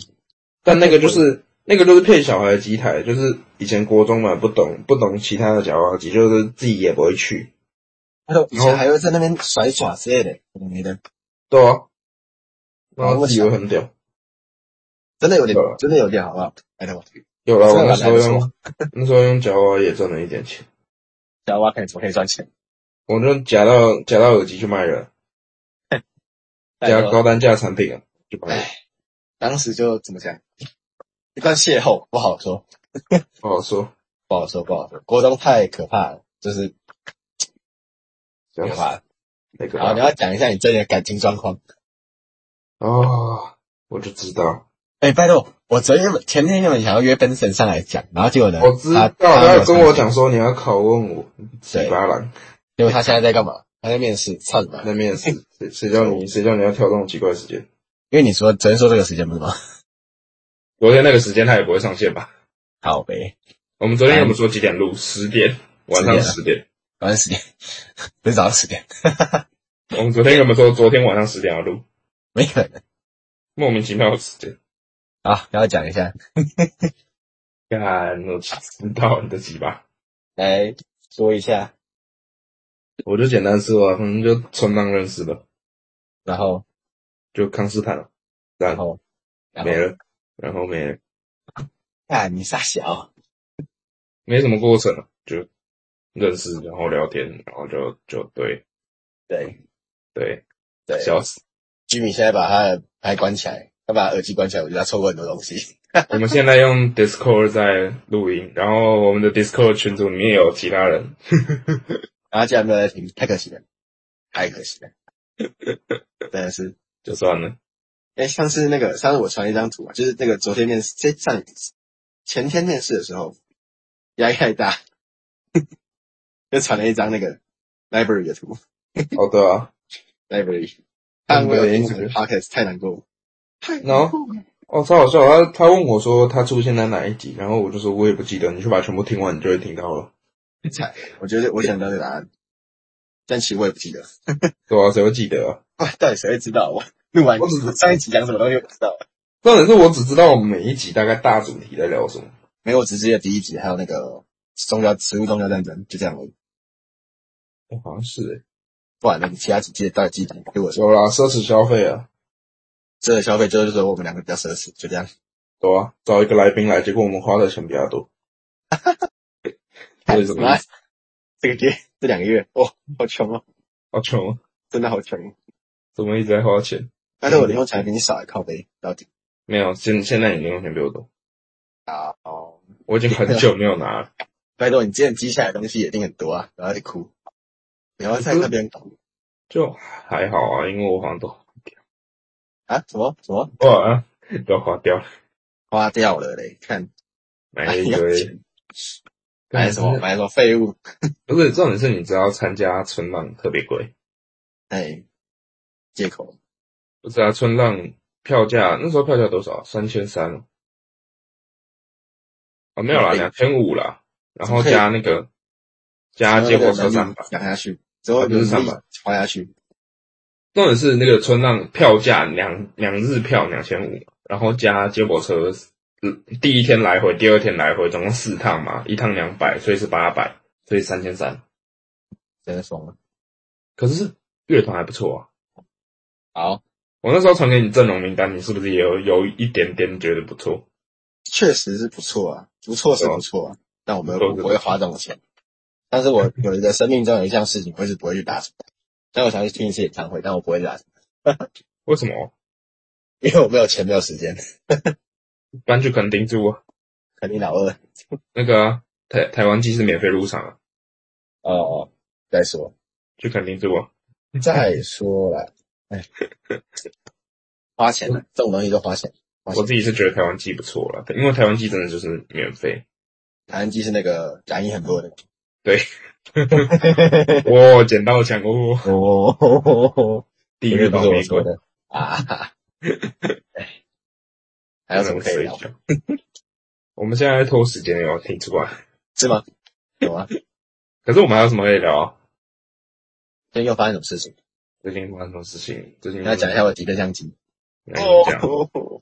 Speaker 1: 但那个就是那个就是骗小孩的机台，就是以前国中嘛不懂不懂其他的夹娃娃机，就是自己也不会去，
Speaker 2: 他都以前还会在那边甩爪之类的，没的。
Speaker 1: 对啊，然后自己会很屌。
Speaker 2: 真的有点
Speaker 1: 对啊，
Speaker 2: 真的有点好不哎好？拜托，
Speaker 1: 有了，我那时
Speaker 2: 这
Speaker 1: 候
Speaker 2: 个还不
Speaker 1: 用 那时候用夹娃娃也赚了一点钱，
Speaker 2: 小娃看怎么可以赚钱，
Speaker 1: 我就夹到夹到耳机去卖人，夹高单价产品啊，就卖
Speaker 2: 哎
Speaker 1: 了，
Speaker 2: 当时就怎么讲，一段邂逅不好说，
Speaker 1: 不好说。
Speaker 2: 不好说，不好说。国中太可怕了，就是
Speaker 1: 这
Speaker 2: 可
Speaker 1: 样子
Speaker 2: 怕了。
Speaker 1: 那个
Speaker 2: 然后你要讲一下你最近的感情状况。
Speaker 1: 哦，我就知道，
Speaker 2: 哎，拜托，我昨天前天原本想要约奔神上来讲，然后结果呢，
Speaker 1: 我知
Speaker 2: 嗯他
Speaker 1: 道，不要跟我，讲说你要拷问我，鸡巴狼
Speaker 2: 他结果他现在在干嘛？他在面试，操你妈！
Speaker 1: 那面 试，谁谁叫你谁叫你要挑这种奇怪的时间？
Speaker 2: 因为你说昨天说这个时间不是吗？
Speaker 1: 昨天那个时间他也不会上线吧？
Speaker 2: 好呗，
Speaker 1: 我们昨天我们说几点录？十点，晚上十点。
Speaker 2: 晚上十点， 不是早上十点，啊
Speaker 1: 我们昨天有没有说昨天晚上十点要录？
Speaker 2: 没可能
Speaker 1: 莫名其妙的十点。
Speaker 2: 啊！然后讲一下，
Speaker 1: 干，我知道你的鸡巴。
Speaker 2: 来说一下，
Speaker 1: 我就简单说啊，可能就村浪认识的，
Speaker 2: 然后，
Speaker 1: 就康斯坦，然
Speaker 2: 然后，然后
Speaker 1: 没，了，然后没了，
Speaker 2: 啊，你傻小，
Speaker 1: 没什么过程啊，就认识，然后聊天，然后就就对
Speaker 2: 对
Speaker 1: 对，
Speaker 2: 对，
Speaker 1: 笑死。
Speaker 2: 居民现在把他的牌关起来，他把耳机关起来，我觉得他错过很多东西。
Speaker 1: 我们现在用 Discord 在录音，然后我们的 Discord 群组里面有其他人，
Speaker 2: 然后竟然没有在听，太可惜了，太可惜 了，真的是。
Speaker 1: 就算了。
Speaker 2: 哎，上次那个上次我传一张图啊，就是那个昨天面试，这上前天面试的时候，压力太大， 就传了一张那个 library 的图
Speaker 1: 哦，对啊，
Speaker 2: ，library，
Speaker 1: 嗯
Speaker 2: 但我有
Speaker 1: 对
Speaker 2: 听我
Speaker 1: 这个
Speaker 2: 的 podcast 太难过了，太
Speaker 1: 然后
Speaker 2: 过了，
Speaker 1: 哦，超好笑。他他问我说他出现在哪一集，然后我就说我也不记得，你去把全部听完，你就会听到了。
Speaker 2: 惨 我觉得我想到这个答案，但其实我也不记得，
Speaker 1: 对啊，谁会记得啊？
Speaker 2: 哇，到底谁会知道我录完
Speaker 1: 我只是
Speaker 2: 上一集讲什么东西我不知道了，
Speaker 1: 重点是我只知道我们每一集大概大主题在聊什么。
Speaker 2: 没有，我只记得第一集还有那个宗教食物宗教战争，就这样而已，
Speaker 1: 哦，好像是诶。
Speaker 2: 不然呢，你其他几集到底记得给我说。
Speaker 1: 有啦，奢侈消费啊，
Speaker 2: 这个消费就是说我们两个比较奢侈，就这样。
Speaker 1: 对啊，找一个来宾来，结果我们花的钱比较 多。为什么
Speaker 2: 来？这个月这两个月，哇，好穷哦，
Speaker 1: 好穷啊，
Speaker 2: 真的好穷。
Speaker 1: 怎么一直在花钱？
Speaker 2: 但是我零用钱还比你少，靠背到底。
Speaker 1: 没有，现现在你零用钱比我多，
Speaker 2: 啊哦，
Speaker 1: 我已经很久没有拿 了。
Speaker 2: 拜托你之前积下来的东西一定很多啊，然后你哭，你要在那边哭
Speaker 1: 就还好啊，因为我好像都
Speaker 2: 啊？什么什么
Speaker 1: 哇都花掉了，
Speaker 2: 花掉了嘞？看
Speaker 1: 买一堆 哎
Speaker 2: 买什么？买什么废物？
Speaker 1: 不是重点是你知道参加春浪特别贵，
Speaker 2: 哎，借口
Speaker 1: 不是啊？春浪票价那时候票价多少？三千三哦，哦没有啦，
Speaker 2: 对
Speaker 1: 两千五啦，然后
Speaker 2: 怎么可以
Speaker 1: 加那个加接驳车三百。
Speaker 2: 讲下去，之后
Speaker 1: 啊就是
Speaker 2: 努力
Speaker 1: 300
Speaker 2: 花下去，
Speaker 1: 重点是那个春浪票价两两日票两千五，然后加接驳车，嗯，第一天来回，第二天来回，总共四趟嘛，一趟两百，所以是八百，所以三千三。
Speaker 2: 真的爽了。
Speaker 1: 可是乐团还不错啊。
Speaker 2: 好，
Speaker 1: 我那时候传给你阵容名单，你是不是也有有一点点觉得不错？
Speaker 2: 确实是不错啊，不错是
Speaker 1: 对啊
Speaker 2: 不错啊，但我没有
Speaker 1: 不错
Speaker 2: 我
Speaker 1: 是
Speaker 2: 不会花这种钱。但是我有一个生命中有一项事情，我是不会去打折的。但我想去听一次演唱会，但我不会去打折，
Speaker 1: 为什么
Speaker 2: 因为我没有钱，没有时间，
Speaker 1: 搬去垦丁住啊？
Speaker 2: 肯定老二。
Speaker 1: 那个啊、台台湾机是免费入场啊，
Speaker 2: 哦，再说
Speaker 1: 去垦丁住啊？
Speaker 2: 再说了，哎，花钱了，这种东西都花钱。花
Speaker 1: 我
Speaker 2: 钱。
Speaker 1: 自己是觉得台湾机不错了，因为台湾机真的就是免 费。
Speaker 2: 台湾机是那个染疫很多的。
Speaker 1: 对，哇、捡到枪哦！
Speaker 2: 哦，
Speaker 1: 地狱
Speaker 2: 不
Speaker 1: 宝
Speaker 2: 是我
Speaker 1: 玫瑰
Speaker 2: 说。的啊。 哈哈哎还有什么可以聊？
Speaker 1: 我们现在在拖时间哦，听出来。
Speaker 2: 是吗？有啊吗？
Speaker 1: 可是我们还有什么可以聊啊？
Speaker 2: 最近又发生什么事情？
Speaker 1: 最近发生什么事情？最近
Speaker 2: 你要讲一下我的底特相机。
Speaker 1: 来嗯你讲
Speaker 2: 哦，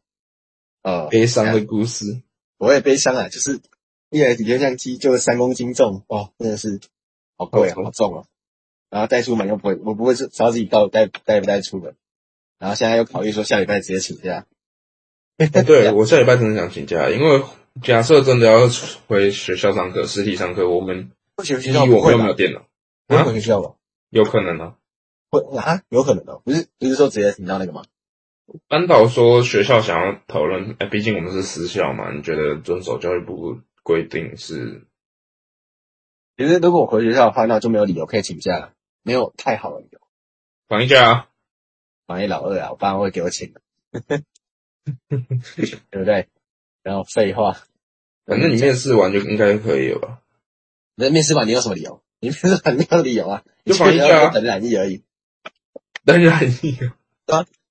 Speaker 2: 呃，
Speaker 1: 悲伤的故 事。
Speaker 2: 我也悲伤啊，就是一台底特相机就三公斤重，哦，真的是好贵啊，
Speaker 1: 好重
Speaker 2: 好重哦。然后带出门又不会，我不会知道自己到底带带不带出门。然后现在又考虑说下礼拜直接请假，
Speaker 1: 哦对，我下礼拜真的想请假，因为假设真的要回学校上课，实体上课，我们
Speaker 2: 会学学
Speaker 1: 以
Speaker 2: 校
Speaker 1: 我
Speaker 2: 不
Speaker 1: 们
Speaker 2: 会
Speaker 1: 又
Speaker 2: 吧
Speaker 1: 没有？电脑，
Speaker 2: 不会
Speaker 1: 啊
Speaker 2: 回学校吧？
Speaker 1: 有可能啊。
Speaker 2: 会啊，有可能哦，不是不是说直接请到那个吗？
Speaker 1: 班导说学校想要讨论，哎，毕竟我们是私校嘛，你觉得遵守教育部规定是？
Speaker 2: 其实如果我回学校的话，那我就没有理由可以请假了，没有太好的理由。
Speaker 1: 放假啊，
Speaker 2: 万一老二啊，我爸妈会给 我请的，对不对？然后废话，
Speaker 1: 反正你面试完就应该可以了吧？
Speaker 2: 你的面试官你有什么理由？你面试官没有理由啊，
Speaker 1: 就
Speaker 2: 你
Speaker 1: 防疫
Speaker 2: 去
Speaker 1: 啊
Speaker 2: 学校就等染疫而已，
Speaker 1: 当然有。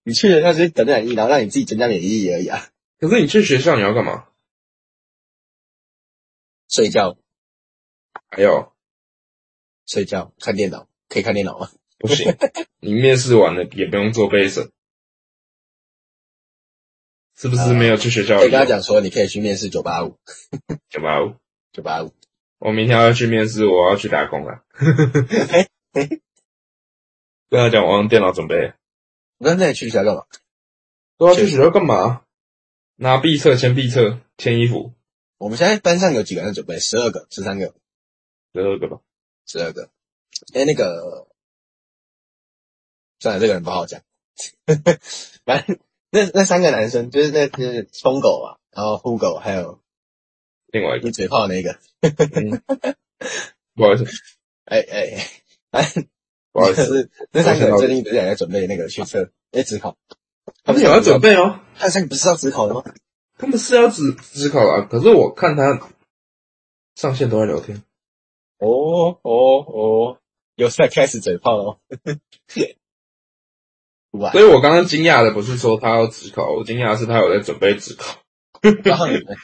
Speaker 2: 你去学校就是等染疫，然后让你自己增加免疫力而已啊。
Speaker 1: 可是你去学校你要干嘛？
Speaker 2: 睡觉、
Speaker 1: 还有
Speaker 2: 睡觉、看电脑，可以看电脑吗？
Speaker 1: 不 行，你面试完了也不用做备审，是不是没有去学校
Speaker 2: 呃可以？跟他讲说，你可以去面试九八五，
Speaker 1: 九八五，
Speaker 2: 九八五。
Speaker 1: 我明天要去面试，我要去打工 了。跟他讲，我用电脑准备。
Speaker 2: 那那你去学校干嘛？
Speaker 1: 都要啊去学校干嘛？拿毕册、签毕册、签衣服，
Speaker 2: 我们现在班上有几个人在准备？十二个、十三个、
Speaker 1: 十二个吧。
Speaker 2: 十二个。哎、那个，算了，这个人不好讲。 反正那那三个男生，就是那就是疯狗啊，然后呼狗，还有
Speaker 1: 另外一个
Speaker 2: 你，嘴炮那个。
Speaker 1: 不好意思，
Speaker 2: 哎哎，哎反正
Speaker 1: 不好意
Speaker 2: 就
Speaker 1: 思，
Speaker 2: 是那三个人最近不是也在准备那个学测，哎，职考。
Speaker 1: 他们有要准备哦。
Speaker 2: 他三个不是要职考的吗？
Speaker 1: 他们是要只只考啊，可是我看他上线都在聊天，
Speaker 2: 哦哦哦，有在开始嘴炮了。哦 哇
Speaker 1: 所！以我刚刚惊讶的不是说他要只考，我惊讶的是他有在准备只考。
Speaker 2: 然后你们，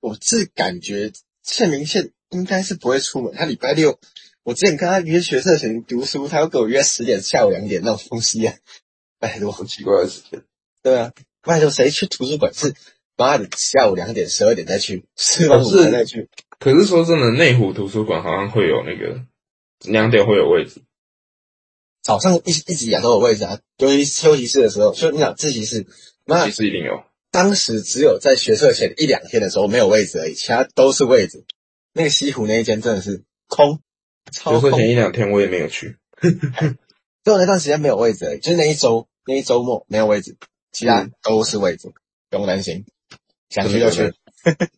Speaker 2: 我是感觉谢明宪应该是不会出门。他礼拜六，我之前跟他约学社群读书，他要给我约十点、下午两点那种东西啊。拜托，
Speaker 1: 很奇怪的时间，
Speaker 2: 对啊，拜托谁去图书馆是妈的下午两点、十二点再去，吃完
Speaker 1: 可
Speaker 2: 午
Speaker 1: 是
Speaker 2: 餐再去。
Speaker 1: 可是说真的，内湖图书馆好像会有那个两点会有位置，
Speaker 2: 早上一一直以来都有位置啊，尤其休息室的时候，就你想自习室，那
Speaker 1: 其实一定有。
Speaker 2: 当时只有在学测前一两天的时候没有位置而已，其他都是位置。那个西湖那一间真的是空，
Speaker 1: 就
Speaker 2: 超
Speaker 1: 是
Speaker 2: 空，
Speaker 1: 前一两天我也没有去，
Speaker 2: 只有那段时间没有位置而已，就是那一周那一周末没有位置，其他都是位置，不用担心，想去就
Speaker 1: 真
Speaker 2: 去
Speaker 1: 的。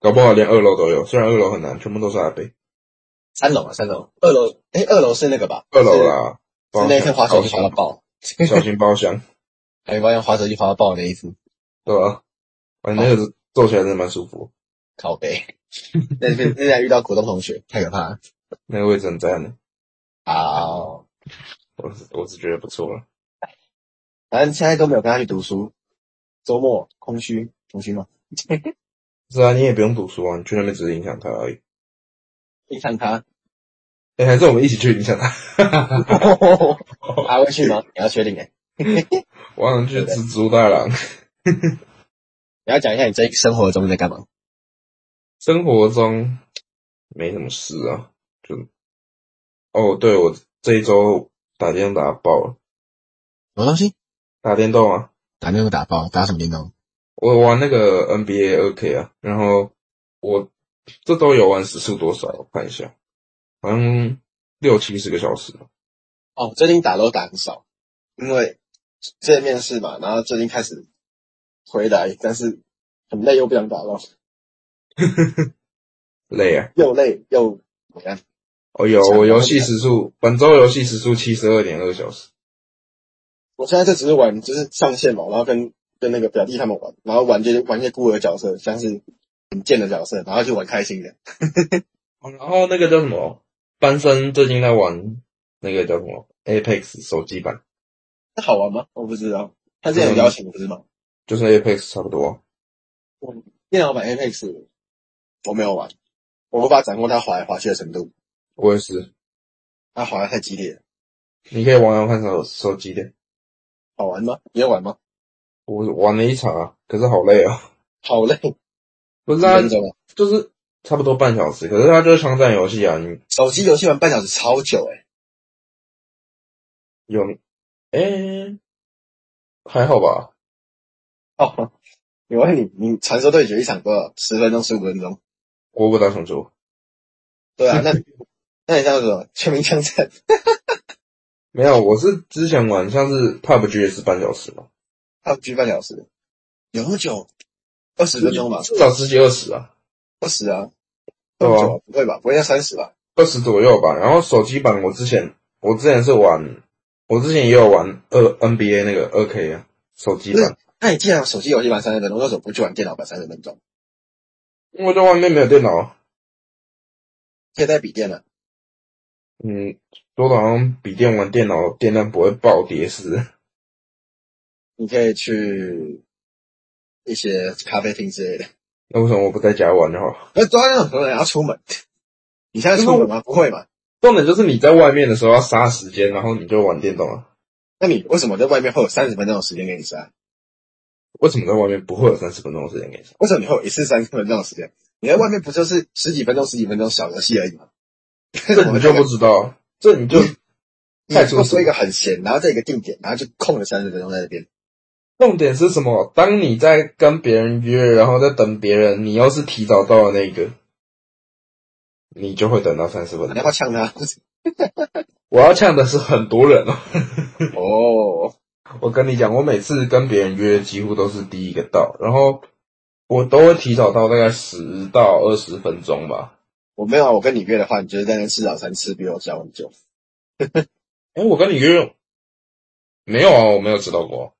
Speaker 1: 搞不好连二楼都有，虽然二楼很难，全部都是阿北。
Speaker 2: 三楼啊，三楼，二楼，哎，二楼是那个吧？
Speaker 1: 二楼啦，
Speaker 2: 是，
Speaker 1: 包
Speaker 2: 是那一天滑手机滑到
Speaker 1: 厢，
Speaker 2: 爆，
Speaker 1: 小心包厢，
Speaker 2: 还有发现滑手机滑到爆的那一次，
Speaker 1: 对吧？反正那个坐起来真的蛮舒服，
Speaker 2: 靠背， 那边那天遇到股东同学，太可怕了。
Speaker 1: 那个位置很赞的，
Speaker 2: 好，
Speaker 1: 我是我是觉得不错了。
Speaker 2: 反正现在都没有跟他去读书，周末空虚，空虚吗？
Speaker 1: 是啊，你也不用读书啊，你去那边只是影响他而已。
Speaker 2: 影响 他。
Speaker 1: 哎、还是我们一起去影响他。
Speaker 2: 他会去吗？你要确定哎、
Speaker 1: 我想去蜘蛛大郎。
Speaker 2: 你要讲一下你在生活中在干嘛？
Speaker 1: 生活中没什么事啊，就哦，对我这一周打电动打爆了，
Speaker 2: 什么东西？
Speaker 1: 打电动啊，
Speaker 2: 打电动打爆，打什么电动？
Speaker 1: 我玩那个 NBA 二 K 啊，然后我这都有玩时速多少，我看一下，好像六七十个小时吧。
Speaker 2: 哦，最近打都打很少，因为最近面试嘛，然后最近开始回来，但是很累又不想打了，
Speaker 1: 累啊！
Speaker 2: 又累又怎么样？
Speaker 1: 哦，有
Speaker 2: 想
Speaker 1: 我游
Speaker 2: 到
Speaker 1: 戏
Speaker 2: 了
Speaker 1: 时速，本周游戏时速七十二点二小时，
Speaker 2: 我现在就只是玩，就是上线嘛，然后跟跟那个表弟他们玩，然后玩些玩一些孤儿角色，像是很贱的角色，然后就玩开心的。
Speaker 1: 哦然后那个叫什么，班生最近在玩那个叫什么 Apex 手机版，
Speaker 2: 那好玩吗？我不知道，他之前有邀请我不是吗？
Speaker 1: 就是 Apex 差不多。
Speaker 2: 电脑版 Apex 我没有玩，我无法掌控它滑来滑去的程度，
Speaker 1: 我也是，
Speaker 2: 它滑的太激烈了，
Speaker 1: 你可以玩玩看手手机的。
Speaker 2: 好玩吗？你要玩吗？
Speaker 1: 我玩了一场啊，可是好累啊。
Speaker 2: 好累，几
Speaker 1: 不是啊
Speaker 2: 分，钟啊！
Speaker 1: 就是差不多半小时，可是它就是枪战游戏啊，你
Speaker 2: 手机游戏玩半小时超久欸诶、
Speaker 1: 有，哎、还好吧？
Speaker 2: 哦，你问你，你传说对决一场多少？十分钟、十五分钟？
Speaker 1: 我不打算做，
Speaker 2: 对啊，那 那你像什么全民枪战？
Speaker 1: 没有，我是之前玩像是 PUBG 也是半小时嘛，
Speaker 2: 他们 G 半小时，有那么久？二十分钟吧，
Speaker 1: 至少十几二十啊，
Speaker 2: 二十啊，这
Speaker 1: 对
Speaker 2: 么
Speaker 1: 啊
Speaker 2: 久、啊？不会吧？不会要三十吧？
Speaker 1: 二十左右吧。然后手机版我之前我之前是玩，我之前也有玩二 NBA 那个二 K 啊，手机版，
Speaker 2: 那你既然手机游戏玩三十分钟，为什么不去玩电脑版三十分钟？
Speaker 1: 因为在外面没有电脑啊，
Speaker 2: 可以带笔电啊。
Speaker 1: 嗯，说的好像笔电玩电脑电量不会爆跌似的。
Speaker 2: 你可以去一些咖啡厅之类的。 呃啊
Speaker 1: 那为什么我不在家玩就好？
Speaker 2: 那当然很多人要出门，你现在出门吗？不会嘛？
Speaker 1: 重点就是你在外面的时候要杀时间，然后你就玩电动啊了。
Speaker 2: 那你为什么在外面会有三十分钟的时间给你杀？
Speaker 1: 为什么在外面不会有三十分钟的时间给你？
Speaker 2: 为什么你会有一次三十分钟的时间？你在外面不就是十几分钟、十几分钟小游戏而已吗？
Speaker 1: 这 你就不知道，这你就太
Speaker 2: 太
Speaker 1: 出
Speaker 2: 做
Speaker 1: 色
Speaker 2: 出一。个很闲，然后在一个定点，然后就空了三十分钟在那边。
Speaker 1: 重点是什么？当你在跟别人约，然后在等别人，你要是提早到了那个，你就会等到三十分钟
Speaker 2: 你要不。要啊呛 他？
Speaker 1: 我要呛的是很多人哦。
Speaker 2: 哦，
Speaker 1: 我跟你讲，我每次跟别人约，几乎都是第一个到，然后我都会提早到大概十到二十分钟吧。
Speaker 2: 我没有啊，我跟你约的话，你就是在那边吃早餐，吃比我小很久。
Speaker 1: 哎，我跟你约没有啊？我没有迟到过。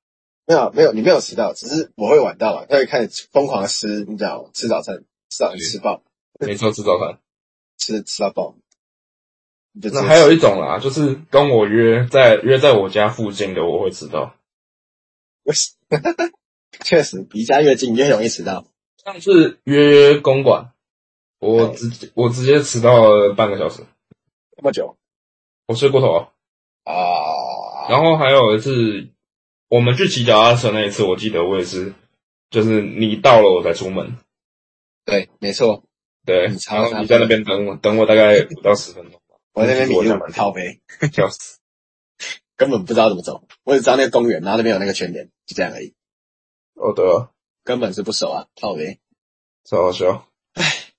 Speaker 2: 没有，没有，你没有迟到，只是我会晚到嘛，要开始疯狂地吃，你知道吗，吃早餐，吃早餐吃爆，
Speaker 1: 没错，吃早餐。
Speaker 2: 吃吃到爆。你就直
Speaker 1: 那
Speaker 2: 接
Speaker 1: 还 有一种啦，就是跟我约在约在我家附近的，我会迟到。
Speaker 2: 吃确实离家越近越容易迟到。
Speaker 1: 上次约公馆，我直接我直接迟到了半个小时，
Speaker 2: 那么久
Speaker 1: 我睡过头了。
Speaker 2: 啊？
Speaker 1: 然后还有一次，我们去骑脚踏车那一次，我记得我也是，就是你到了我才出门，
Speaker 2: 对，没错，
Speaker 1: 对，
Speaker 2: 你超
Speaker 1: 然后你在那边等我，等我大概五到十分钟，
Speaker 2: 我在那边迷
Speaker 1: 我想
Speaker 2: 路
Speaker 1: 蛮，久
Speaker 2: 靠背，
Speaker 1: 笑死。
Speaker 2: 根本不知道怎么走。我只知道那个公园，然后那边有那个全联，就这样而已，
Speaker 1: 哦，对了，
Speaker 2: 根本是不熟啊，靠背。
Speaker 1: 超好笑。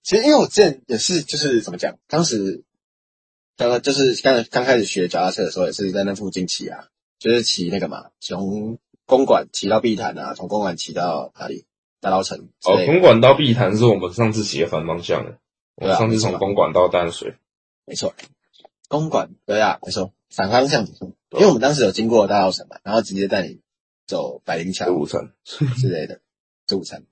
Speaker 2: 其实因为我之前也是，就是怎么讲，当时刚刚就是刚刚开始学脚踏车的时候，也是在那附近骑啊，就是骑那个嘛，从公馆骑到碧潭啊，从公馆骑到哪里？大稻城之
Speaker 1: 哦，
Speaker 2: 类的。
Speaker 1: 公馆到碧潭是我们上次骑的反方向的，欸我
Speaker 2: 对
Speaker 1: 们
Speaker 2: 啊
Speaker 1: 上次从
Speaker 2: 没错
Speaker 1: 公馆到淡水，
Speaker 2: 没错，公馆对啊，没错，反方向没错，因为我们当时有经过大稻城嘛，然后直接带你走百灵桥啊
Speaker 1: 五层。
Speaker 2: 之类的，吃午餐。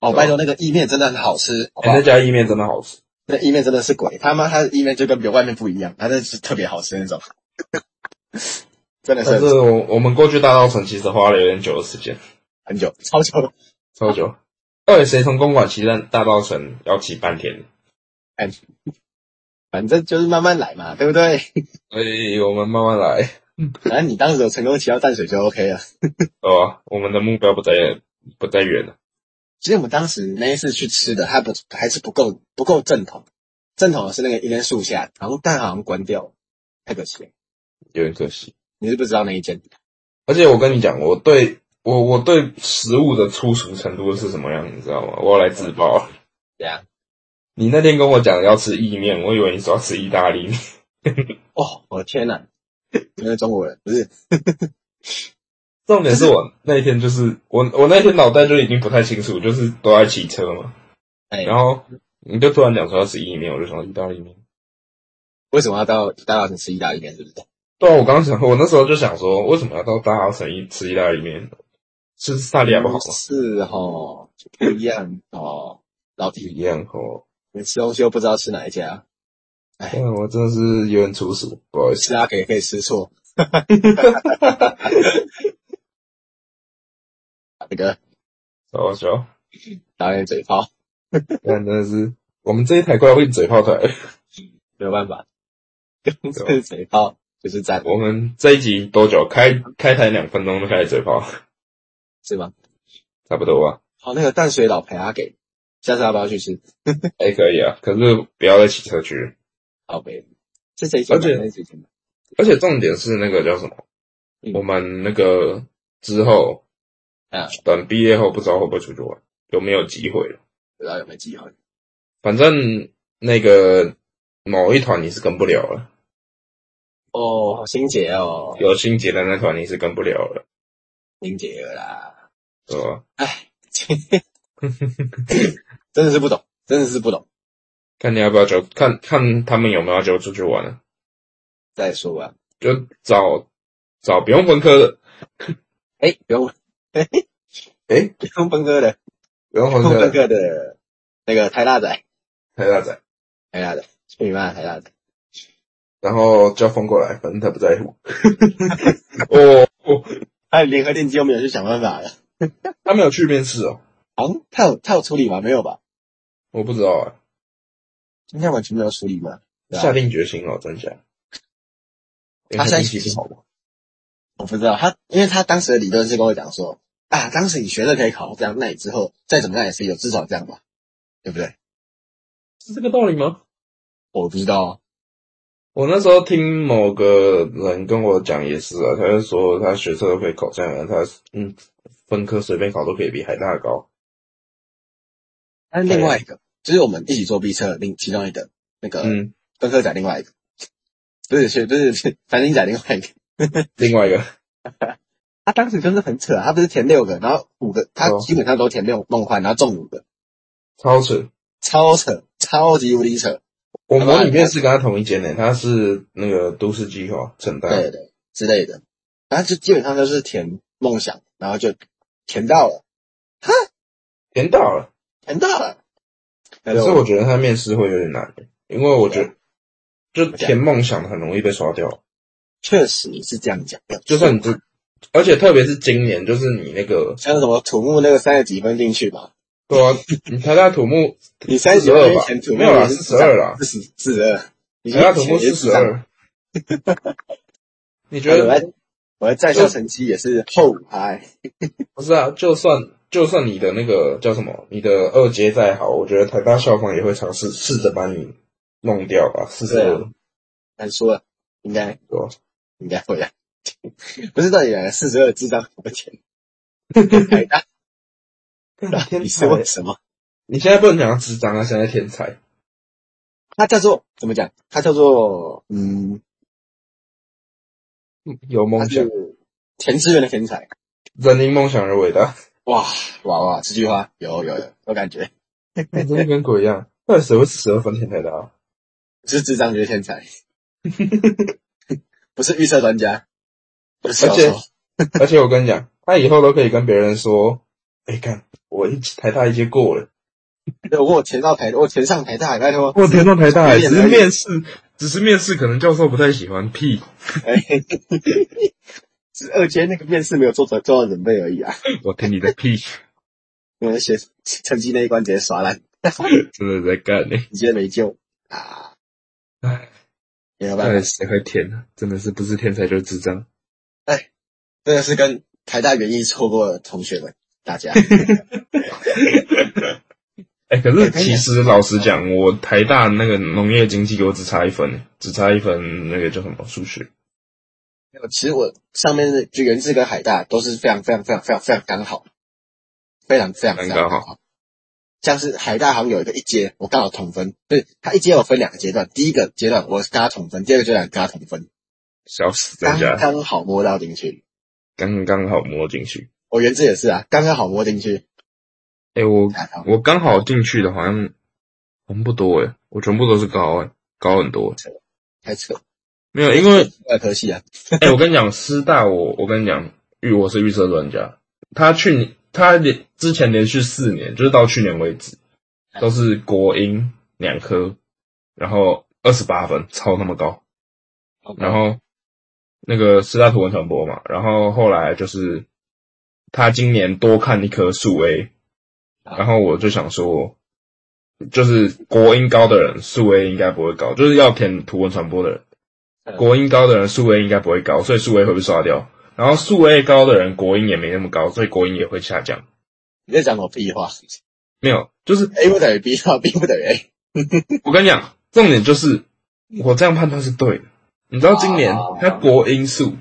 Speaker 2: 哦，拜托，那个意面真的很好吃，好不
Speaker 1: 哎，
Speaker 2: 好
Speaker 1: 那？家意面真的好吃，
Speaker 2: 那意面真的是鬼，他妈他的意面就跟别外面不一样，他那是特别好吃那种， 真的是
Speaker 1: 但是我我们过去大稻城其实花了有点久的时间，
Speaker 2: 很久，超久的。
Speaker 1: 超久。到底谁从公馆骑到大稻城要骑半天？
Speaker 2: 反正就是慢慢来嘛，对不对？
Speaker 1: 所以哎我们慢慢来，
Speaker 2: 反正你当时有成功骑到淡水就 OK 了。
Speaker 1: 对吧？我们的目标不在不在远了，
Speaker 2: 其实我们当时那一次去吃的，它不还是不够不够正统，正统的是那个一根树下，然后但好像关掉了，太可惜了。
Speaker 1: 有点可惜。
Speaker 2: 你是不知道那一间，
Speaker 1: 而且我跟你讲，我对我我对食物的粗俗程度是什么样，你知道吗？我要来自爆了。
Speaker 2: 对啊，
Speaker 1: 你那天跟我讲要吃意面，我以为你说要吃意大利面。
Speaker 2: 哦，我的天哪， 因为中国人不是
Speaker 1: 重点是我那一天就是我我那天脑袋就已经不太清楚，就是都在骑车嘛。
Speaker 2: 哎
Speaker 1: 然后你就突然讲说要吃意面，我就想到意大利面。
Speaker 2: 为什么要到大稻城吃意大利面，是不是？
Speaker 1: 对啊，我刚刚想，我那时候就想说，为什么要到大稻城吃意大利面？吃斯大利亚不好啊吗？
Speaker 2: 是哦，不一样哦。老弟，
Speaker 1: 一样哦。
Speaker 2: 你吃东西又不知道吃哪一家，
Speaker 1: 但我真的是有点粗俗，不好意思。
Speaker 2: 吃阿给可以吃错。 那个
Speaker 1: 好好笑，
Speaker 2: 导演嘴炮
Speaker 1: 但真的是我们这一台快要变嘴炮台了。
Speaker 2: 没有办法，
Speaker 1: 啊
Speaker 2: 就是嘴炮就是赞，
Speaker 1: 我们这一集多久？开开台两分钟就开始嘴炮，
Speaker 2: 是吗？
Speaker 1: 差不多吧？
Speaker 2: 好，那个淡水老排阿给，下次要不要去吃？
Speaker 1: 哎、可以啊，可是不要再骑车去了。
Speaker 2: 好呗，是谁请
Speaker 1: 而且
Speaker 2: 的？是谁请的？
Speaker 1: 而且重点是那个叫什么？
Speaker 2: 嗯
Speaker 1: 我们那个之后
Speaker 2: 啊，
Speaker 1: 等毕业后不知道会不会出去玩，有没有机会了？
Speaker 2: 不知道有没有机会？
Speaker 1: 反正那个某一团你是跟不了了，
Speaker 2: 哦，好心结哦，
Speaker 1: 有心结的那团你是跟不了了，
Speaker 2: 心结了啦，
Speaker 1: 对吧？
Speaker 2: 真的是不懂，真的是不懂。
Speaker 1: 看你要不要揪，看看他们有没有要揪出去玩了，
Speaker 2: 再说啊吧。
Speaker 1: 就找找不用分科的，
Speaker 2: 哎、不用，
Speaker 1: 哎、
Speaker 2: 不用分割的，
Speaker 1: 不用
Speaker 2: 不
Speaker 1: 分
Speaker 2: 用
Speaker 1: 科
Speaker 2: 分
Speaker 1: 的，
Speaker 2: 割的，那个台大仔，
Speaker 1: 台大仔，
Speaker 2: 台大仔，去你妈的台大仔！
Speaker 1: 然后叫风过来，反正他不在 乎。哦，哦
Speaker 2: 哎，联合电机有没有去想办法了？
Speaker 1: 他没有去面试哦，
Speaker 2: 好像他有他有处理吗？没有吧？
Speaker 1: 我不知道啊，
Speaker 2: 应该完全没有处理嘛。对啊
Speaker 1: 下定决心了，真假？
Speaker 2: 他现在
Speaker 1: 心
Speaker 2: 心
Speaker 1: 情
Speaker 2: 情
Speaker 1: 好吗？
Speaker 2: 我不知道他，因为他当时的理论是跟我讲说，啊，当时你学了可以考这样，那你之后再怎么样也是有至少这样吧，对不对？
Speaker 1: 是这个道理吗？
Speaker 2: 我不知道啊，
Speaker 1: 我那时候听某个人跟我讲也是啊，他就说他学测都可以考这样，他嗯分科随便考都可以比海大高。
Speaker 2: 但是另外一个就是我们一起做毕测，另其中一个那个
Speaker 1: 嗯，
Speaker 2: 分科仔另外一个，不是学不是繁星仔另外一个，
Speaker 1: 另外一个
Speaker 2: 他当时就是很扯啊，他不是填六个，然后五个他
Speaker 1: 哦
Speaker 2: 基本上都填六梦幻，然后中五个，
Speaker 1: 超蠢，
Speaker 2: 超扯，超级无敌扯。
Speaker 1: 我模拟面试跟他同一间呢、他是那个都市计划承
Speaker 2: 对
Speaker 1: 担，
Speaker 2: 对之类的，然后就基本上都是填梦想，然后就填到了，
Speaker 1: 填到了。
Speaker 2: 填到了。
Speaker 1: 可是啊我觉得他面试会有点难，因为我觉得就填梦想很容易被刷掉，
Speaker 2: 确实是这样讲的，
Speaker 1: 就算你这，而且特别是今年，就是你那个
Speaker 2: 像什么土木那个三十几分进去吧，
Speaker 1: 对 啊，你台大土木
Speaker 2: 你三十几
Speaker 1: 42
Speaker 2: 分
Speaker 1: 吧
Speaker 2: 填土木
Speaker 1: 没有啊啦
Speaker 2: 你是
Speaker 1: 42啦
Speaker 2: 四十四十二，你
Speaker 1: 台大土木四十
Speaker 2: 二，
Speaker 1: 二， 你觉
Speaker 2: 我
Speaker 1: 得
Speaker 2: 在哎我在在校成绩也是后五排，
Speaker 1: 不是啊？就算就算你的那个叫什么，你的二阶再好，我觉得台大校方也会尝试试着把你弄掉吧，四十
Speaker 2: 对
Speaker 1: 二
Speaker 2: 啊，难说了，应该
Speaker 1: 对吧？
Speaker 2: 应该会啊，不是到底哪个四十二智障我填，太大， 你
Speaker 1: 天
Speaker 2: 是
Speaker 1: 才，
Speaker 2: 为什么？
Speaker 1: 你现在不能讲他智障啊，现在天 才，
Speaker 2: 它叫做嗯怎么讲？它叫做嗯，
Speaker 1: 有
Speaker 2: 它
Speaker 1: 梦想
Speaker 2: 是，填志愿的天才。
Speaker 1: 人因梦想而伟大，
Speaker 2: 哇哇哇！这句话有有有，有感觉，
Speaker 1: 真的跟鬼一样。到底谁会四十二分天台大啊？
Speaker 2: 不是智障就是天才， 不是预测专家，不是
Speaker 1: 而
Speaker 2: 小
Speaker 1: 且
Speaker 2: 说。
Speaker 1: 而且我跟你讲，他以后都可以跟别人说，哎、看我一台大一阶过了，
Speaker 2: 对我有填到台，我有填上台大，拜托。
Speaker 1: 我填到哦台大、
Speaker 2: 有
Speaker 1: 只
Speaker 2: 点
Speaker 1: 是
Speaker 2: 而已
Speaker 1: 面试，只是面试可能教授不太喜欢，屁，
Speaker 2: 哎 是二阶那个面试没有做准做好准备而已啊，
Speaker 1: 我听你的屁，
Speaker 2: 因为学成绩那一关直接耍 烂，
Speaker 1: 真的在干欸呢、
Speaker 2: 直接没救啊，
Speaker 1: 哎，
Speaker 2: 没有
Speaker 1: 到
Speaker 2: 办
Speaker 1: 底
Speaker 2: 法，
Speaker 1: 谁会填呢？真的是不是天才就是智障。
Speaker 2: 真的是跟台大园艺错过的同学们，大 家
Speaker 1: 哎、可
Speaker 2: 哎
Speaker 1: 是
Speaker 2: 可以
Speaker 1: 其
Speaker 2: 啊
Speaker 1: 实老实讲，我台大那个农业经济给我只差一分，只差一分那个叫什么数学。
Speaker 2: 没有，其实我上面的就原志跟海大都是非常非常非常非常非常刚好，非常非常非常
Speaker 1: 刚
Speaker 2: 好。像是海大好像有一个一阶，我刚好同分，对，他一阶有分两个阶段，第一个阶段我是跟他同分，第二个阶段跟他同分，
Speaker 1: 笑死，真
Speaker 2: 刚
Speaker 1: 假
Speaker 2: 刚好摸到进去。
Speaker 1: 刚刚好摸进去。
Speaker 2: 我原志也是啊，刚刚好摸进去。
Speaker 1: 哎、我
Speaker 2: 还好
Speaker 1: 我刚好进去的，好像好像不多哎、我全部都是高哎、高很多、欸。
Speaker 2: 太扯，
Speaker 1: 没有，因为
Speaker 2: 外科系啊，
Speaker 1: 哎、我跟你讲，师大我我跟你讲，预我是预测专家，他去年他连之前连续四年，就是到去年为止，都是国英两科，然后二十八分，超那么高。然后那个师大图文传播嘛，然后后来就是他今年多看一棵树 A，
Speaker 2: 啊
Speaker 1: 然后我就想说，就是国音高的人数 A 应该不会高，就是要填图文传播的人，
Speaker 2: 嗯
Speaker 1: 国音高的人数 A 应该不会高，所以数 A 会被刷掉。然后数 A 高的人国音也没那么高，所以国音也会下降。
Speaker 2: 你在讲我屁话
Speaker 1: 没有，就是
Speaker 2: ，A 不等于 B 啊，B 不等于 A。
Speaker 1: 我跟你讲，重点就是我这样判断是对的。你知道今年
Speaker 2: 啊
Speaker 1: 他国音数，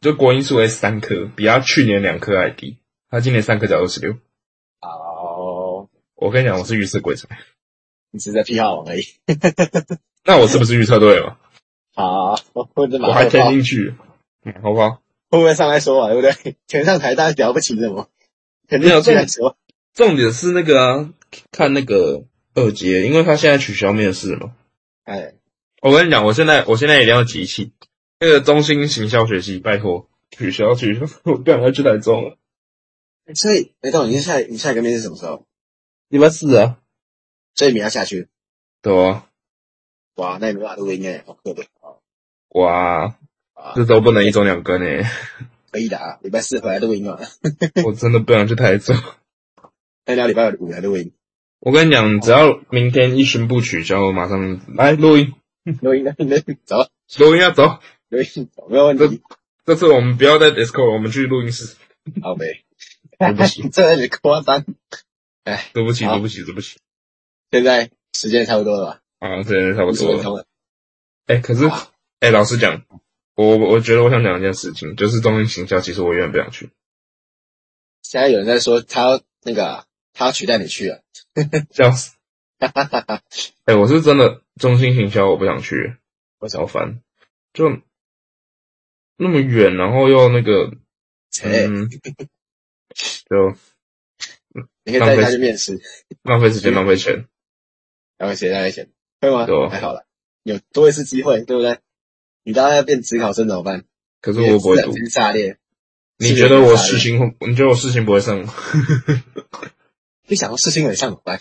Speaker 1: 就国音数为三科，比他去年两科还低。他今年三科才二十六。
Speaker 2: 哦，
Speaker 1: 我跟你讲，我是预测鬼才。
Speaker 2: 你只是在屁话王而已。
Speaker 1: 那我是不是预测对了？
Speaker 2: 好，我的
Speaker 1: 我
Speaker 2: 马
Speaker 1: 还
Speaker 2: 后
Speaker 1: 填
Speaker 2: 炮，
Speaker 1: 进去，嗯好不好？
Speaker 2: 会不会上来说啊？对不对？ 全上台大了不起什哦么？肯定
Speaker 1: 没有
Speaker 2: 进来说，
Speaker 1: 重点是那个啊，看那个二阶，因为他现在取消面试嘛。
Speaker 2: 哎，
Speaker 1: 我跟你讲，我现在我现在一定要集气。那个中心行销学系，拜托取消取消， 我不想要去台中了。
Speaker 2: 所以雷总，你下你下一个面是什么时候？
Speaker 1: 礼拜四啊，
Speaker 2: 所以你要下去，
Speaker 1: 对啊，
Speaker 2: 哇，那你没办法录音哎，好可怜哦。
Speaker 1: 哇，
Speaker 2: 啊，
Speaker 1: 这周不能一周两更呢、
Speaker 2: 可以的啊，礼拜四回来录音啊。
Speaker 1: 我真的不想去台中。
Speaker 2: 那俩礼拜五来录音，
Speaker 1: 我跟你讲，只要明天一宣布取消，我马上来录音，
Speaker 2: 录音， 录音，走，
Speaker 1: 录音啊，走！
Speaker 2: 录音，走，没有问 题。
Speaker 1: 这次我们不要在 Discord，我们去录音室。
Speaker 2: 好呗，
Speaker 1: 对不起，
Speaker 2: 这有点夸张。哎，
Speaker 1: 对不起，
Speaker 2: 好
Speaker 1: 对不起，对不起。
Speaker 2: 现在时间差不多了吧？
Speaker 1: 啊，这人差不
Speaker 2: 五十
Speaker 1: 多
Speaker 2: 分
Speaker 1: 了。
Speaker 2: 钟了。
Speaker 1: 哎、可是，哎、老实讲，我我觉得我想讲一件事情，就是中心行销，其实我永远不想去。
Speaker 2: 现在有人在说他要那个啊，他要取代你去了。
Speaker 1: 笑 死！哎、我是真的中心行销，我不想去。
Speaker 2: 为
Speaker 1: 小？烦，就那么远，然后又那个，
Speaker 2: 哎，
Speaker 1: 嗯，就
Speaker 2: 你可以带他去面试，
Speaker 1: 浪费时间，浪费钱。
Speaker 2: 然后写在一起，会吗？
Speaker 1: 对啊
Speaker 2: 还好了，有多一次机会，对不对？你当然要变职考生怎么办？
Speaker 1: 可是我不会读
Speaker 2: 自。然炸裂。
Speaker 1: 你觉得我事情会？你觉得我事情不会上吗？
Speaker 2: 你想到事情很像怎么办？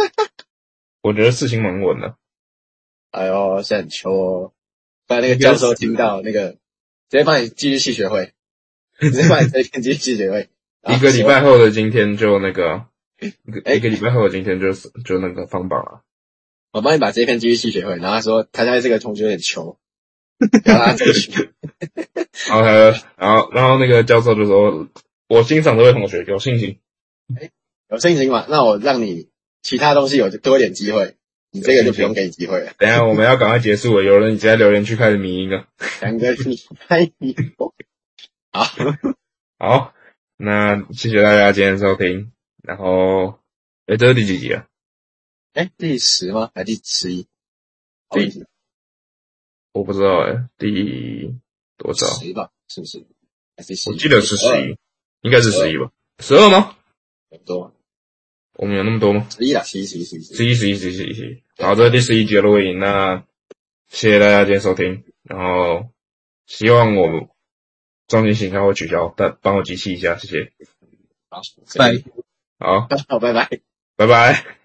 Speaker 1: 我觉得事情蛮稳的。
Speaker 2: 哎呦，是很秋哦。把那个教授听到那个，直接帮你继续系 学会，直接帮你推荐继续系学会。
Speaker 1: 一个礼拜
Speaker 2: 啊，
Speaker 1: 后的今天就那个，一个
Speaker 2: 哎
Speaker 1: 一个礼拜后的今天就是就那个放榜了。
Speaker 2: 我帮你把这篇继续系学会。然后他说他家这个同学有点穷，然后他 争取。
Speaker 1: 然后他，然后然后那个教授就说：“我欣赏这位同学，有信心。
Speaker 2: 有信心嘛？那我让你其他东西有多一点机会，你这个就不用给你机会了。
Speaker 1: 等一下我们要赶快结束了，有人已经在留言区开始迷音了。
Speaker 2: 两个你拍你，好，
Speaker 1: 好，那谢谢大家今天收听。然后，哎，这是第几集啊？
Speaker 2: 哎、第十吗？还是第十一？
Speaker 1: 第我不知道哎，第多少？
Speaker 2: 十吧，是不是？还是哦十一
Speaker 1: 我记得是十
Speaker 2: 12
Speaker 1: 一，应该是十一吧？十二吗？
Speaker 2: 差不多吗？
Speaker 1: 我们有那么多吗？
Speaker 2: 十一啦，十一，十一，十一，十一。
Speaker 1: 十一，十一，十一，十一，十一。好，这是第十一集的录音。那谢谢大家今天收听，然后希望我们装进行销会取消，但帮我集气一下，谢谢。
Speaker 2: 好，
Speaker 1: 好，
Speaker 2: 好，拜拜。
Speaker 1: 拜拜。